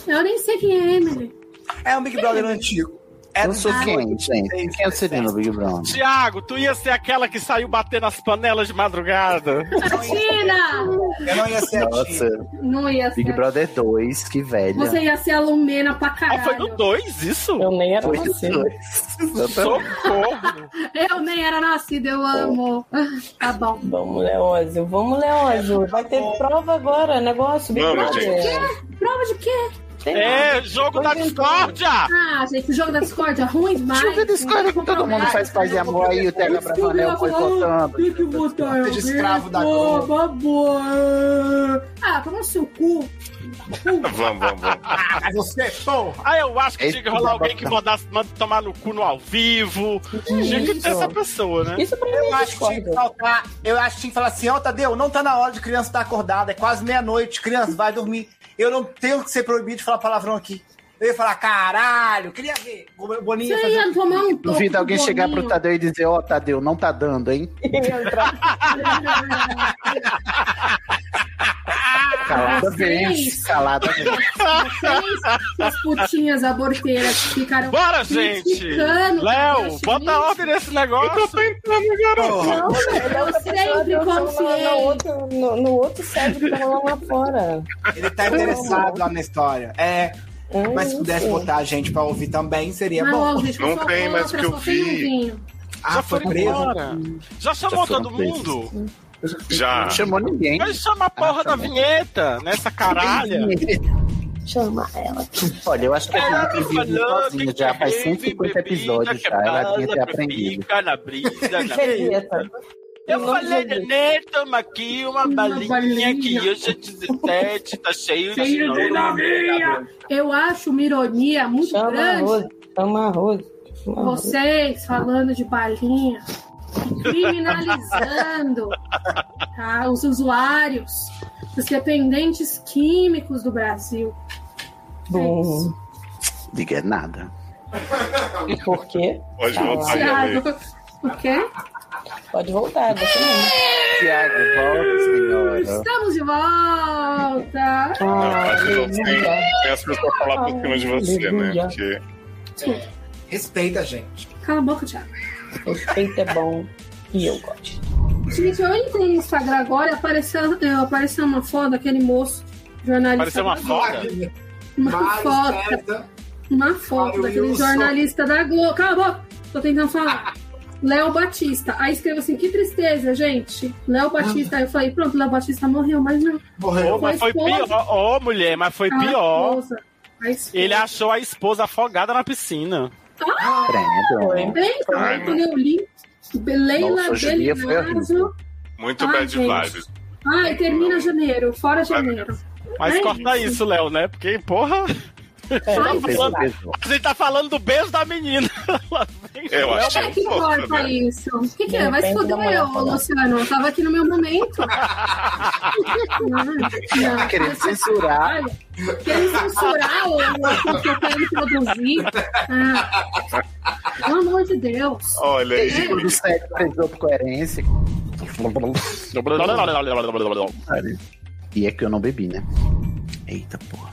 Eu nem sei quem é Emily. É um Big Brother antigo. É Eu sou Tá quem, gente? Quem eu seria no Big Brother? Tiago, tu ia ser aquela que saiu batendo as panelas de madrugada. Tina! Eu não ia ser a Tina. Nossa, Não ia Big ser. Brother 2, que velha. Você ia ser a Lumena pra Ah, caralho. Ah, Foi no 2 isso? Eu nem era Foi você. dois. Exatamente. Socorro! Eu nem era nascida, eu amo. Tá bom. Vamos, Leózio. Vamos, Leózio. Vai ter prova agora, negócio. Big Vamos, Brother. Prova de quê? Tem É, nada. jogo da discórdia! Ah, gente, o jogo da Discord é ruim demais. Deixa eu ver da escola que todo mundo faz paz e amor aí, o Tega Bravanel boicotando. "Ah, Tem que botar Seja é escravo da Boa, Globo. boa, boa. Ah, toma no seu cu. Vamos, vamos, vamos. Ah, você, porra! Ah, eu acho É que Esse tinha que rolar alguém desabafo. que mandasse, manda tomar no cu no ao vivo. Tinha que ter essa pessoa, né? Isso pra mim Eu é acho que tinha que discórdia. faltar. Eu acho que tinha que falar assim, ó, Tadeu, não tá na hora de criança estar acordada, é quase meia-noite, criança, vai dormir. Eu não tenho que ser proibido de falar palavrão aqui. Eu ia falar, caralho, queria ver. O Boninho ia Você fazer. ia tomar um toco Duvido do alguém chegar pro Boninho. Tadeu e dizer, ó, Tadeu, não tá dando, hein? Calada vence, Vocês. calada vence. Vocês, Essas putinhas aborteiras que ficaram Bora, gente! criticando. tá assim? Léo, Tadeu bota a Schmidt. ordem nesse Porra. negócio. Não, velho, é outra Sempre pessoa, Deus, consciente. no- No outro, no, no outro cérebro que tá rolando lá fora. Ele tá interessado lá na história. É. Mas se pudesse botar a gente pra ouvir também, seria Mas, ó, É bom. gente, Não só tem, coloca, mas o que eu só tem vi- um vinho. Ah, Já foi foram preso. embora. Já chamou foram todo presos. mundo? Já. Ah. Não chamou ninguém. Vai chamar Ah, a porra tá da vinheta nessa caralha. Chama ela. Olha, eu acho que Ela a gente me vive falou sozinha que é já faz rave, 150 bebida, episódios já. quebrada, Ela tinha que ter aprendido. pica, na brisa, na- Fedeta. Eu falei, nenê, toma aqui uma balinha balinha. que hoje é 17, tá cheio de Cheio de novinha. Eu acho uma ironia muito Chama a grande Rose. Chama a Rose. Chama a Rose. vocês falando de balinha, criminalizando tá, os usuários, os dependentes químicos do Brasil. É Bom, Diga é nada. por quê? Pode voltar, Galê. Thiago, o quê? Pode voltar, você mesmo. Tiago, volta, né? senhora. Estamos de volta! Ah, Acho que não tem, aleluia. tem as pessoas falar por cima de você, né? Porque Respeita a gente. Cala a boca, Thiago. Respeito é bom e eu gosto. Gente, eu entrei no Instagram agora e apareceu, eh, apareceu uma foto daquele moço Apareceu jornalista. uma foca? Uma Mário então. foto. Uma foto Mário daquele Wilson. jornalista da Globo. Cala a boca, tô tentando falar. Léo Batista. Aí escreveu assim: que tristeza, gente. Léo Batista. Aí eu falei: pronto, Léo Batista morreu, mas não. Ô, mas foi esposa pior. Ô, mulher, mas foi da pior. esposa. A esposa. Ele achou a esposa afogada na piscina. Ah, Credo. Bem, Ai, quando eu li, Leila Nossa, é Julia foi Belinazzo. Muito Ai, bad Ah, gente. vibes. Ai, termina janeiro, fora janeiro. Mas É corta isso, Léo, né? Porque, porra. É, Tá não, falando- pesou, a gente tá falando do beijo da menina. né? Eu Léo achei É que fofo, corta né? isso. O que, que é? Não Vai se tem foder, como ela ô, falar. Luciano. Eu tava aqui no meu momento. Tá querendo censurar. Querendo censurar o o que eu quero introduzir. Ah, pelo amor de Deus. Olha aí. aí. Tudo certo, prezou por coerência. E é que eu não bebi, né? Eita porra.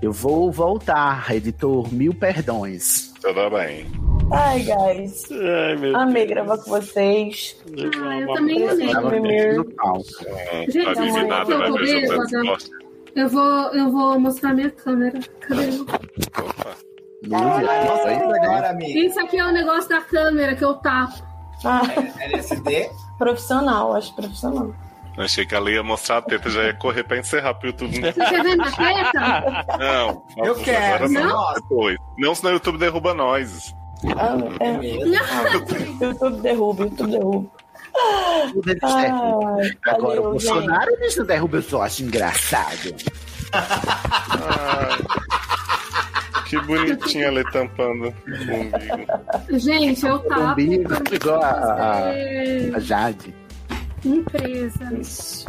Eu vou voltar, editor. Mil perdões. Tudo bem. Ai, guys. Ai, meu Amei gravar com vocês. Ah, eu também amei. Gente, Tá amor, eliminado, eu né? vou Beijão, ver, Beijão. vou Eu vou, eu vou mostrar minha câmera. Cadê? Agora, amiga. Isso aqui é o negócio da câmera que eu tapo. LSD? Profissional, acho profissional. Achei que ela ia mostrar a teta, já ia correr pra encerrar pro YouTube. Você quer ver minha teta? Não, por Eu favor, quero. agora tá. não. Não? Depois. Não, senão o YouTube derruba nós. Ah, é é. YouTube derruba, YouTube derruba. Ah, Ai, Agora valeu, o Bolsonaro bicho derruba, eu só acho engraçado. Que bonitinha ela tampando o umbigo. Gente, eu O tapo. umbigo igual a, a- Você- a Jade. Empresa.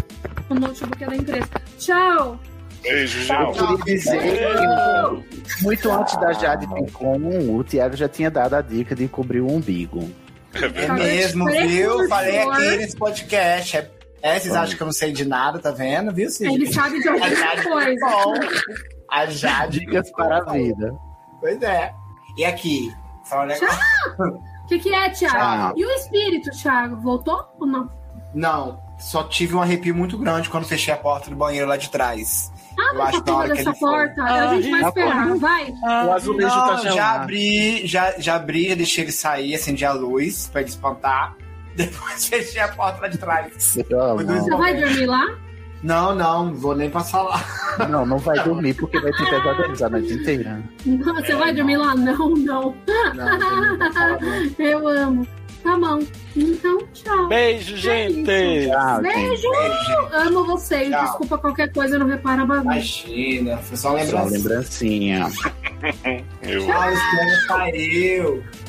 O notebook é da empresa. Tchau. Beijo, Eu queria dizer Tchau. que muito antes da Jade ter como, o Thiago já tinha dado a dica de cobrir o umbigo. É mesmo, viu? Falei aqui nesse podcast. É, é, vocês acham que eu não sei de nada, tá vendo? Viu, Cid? Ele sabe de A alguma Jade foi coisa. bom. A Jade. Dicas para a vida. Pois é. E aqui? Só um negócio. Tchau. O que, que é, Tchau. Thiago? E o espírito, Thiago? Voltou ou não? Não, só tive um arrepio muito grande quando fechei a porta do banheiro lá de trás. Ah, eu acho mas que na porra hora que dessa ele foi. porta. a gente vai esperar, vai. Ah, não, já abri, já, já abri, já deixei ele sair, acendi a luz pra ele espantar. Depois fechei a porta lá de trás. Não, Você vai dormir lá? Não, não, vou nem passar lá. Não, não vai dormir porque vai te pesadelo a noite inteira. Não, você vai dormir lá? Não, não. Eu amo. Tá bom. Então, tchau. Beijo, É gente. isso. Tchau, Beijo. Amo vocês. Ah, Tchau. Desculpa qualquer coisa, não repara a bagunça. Imagina, foi só Só lembrar. lembrancinha. Eu Ah, o Luciano saiu.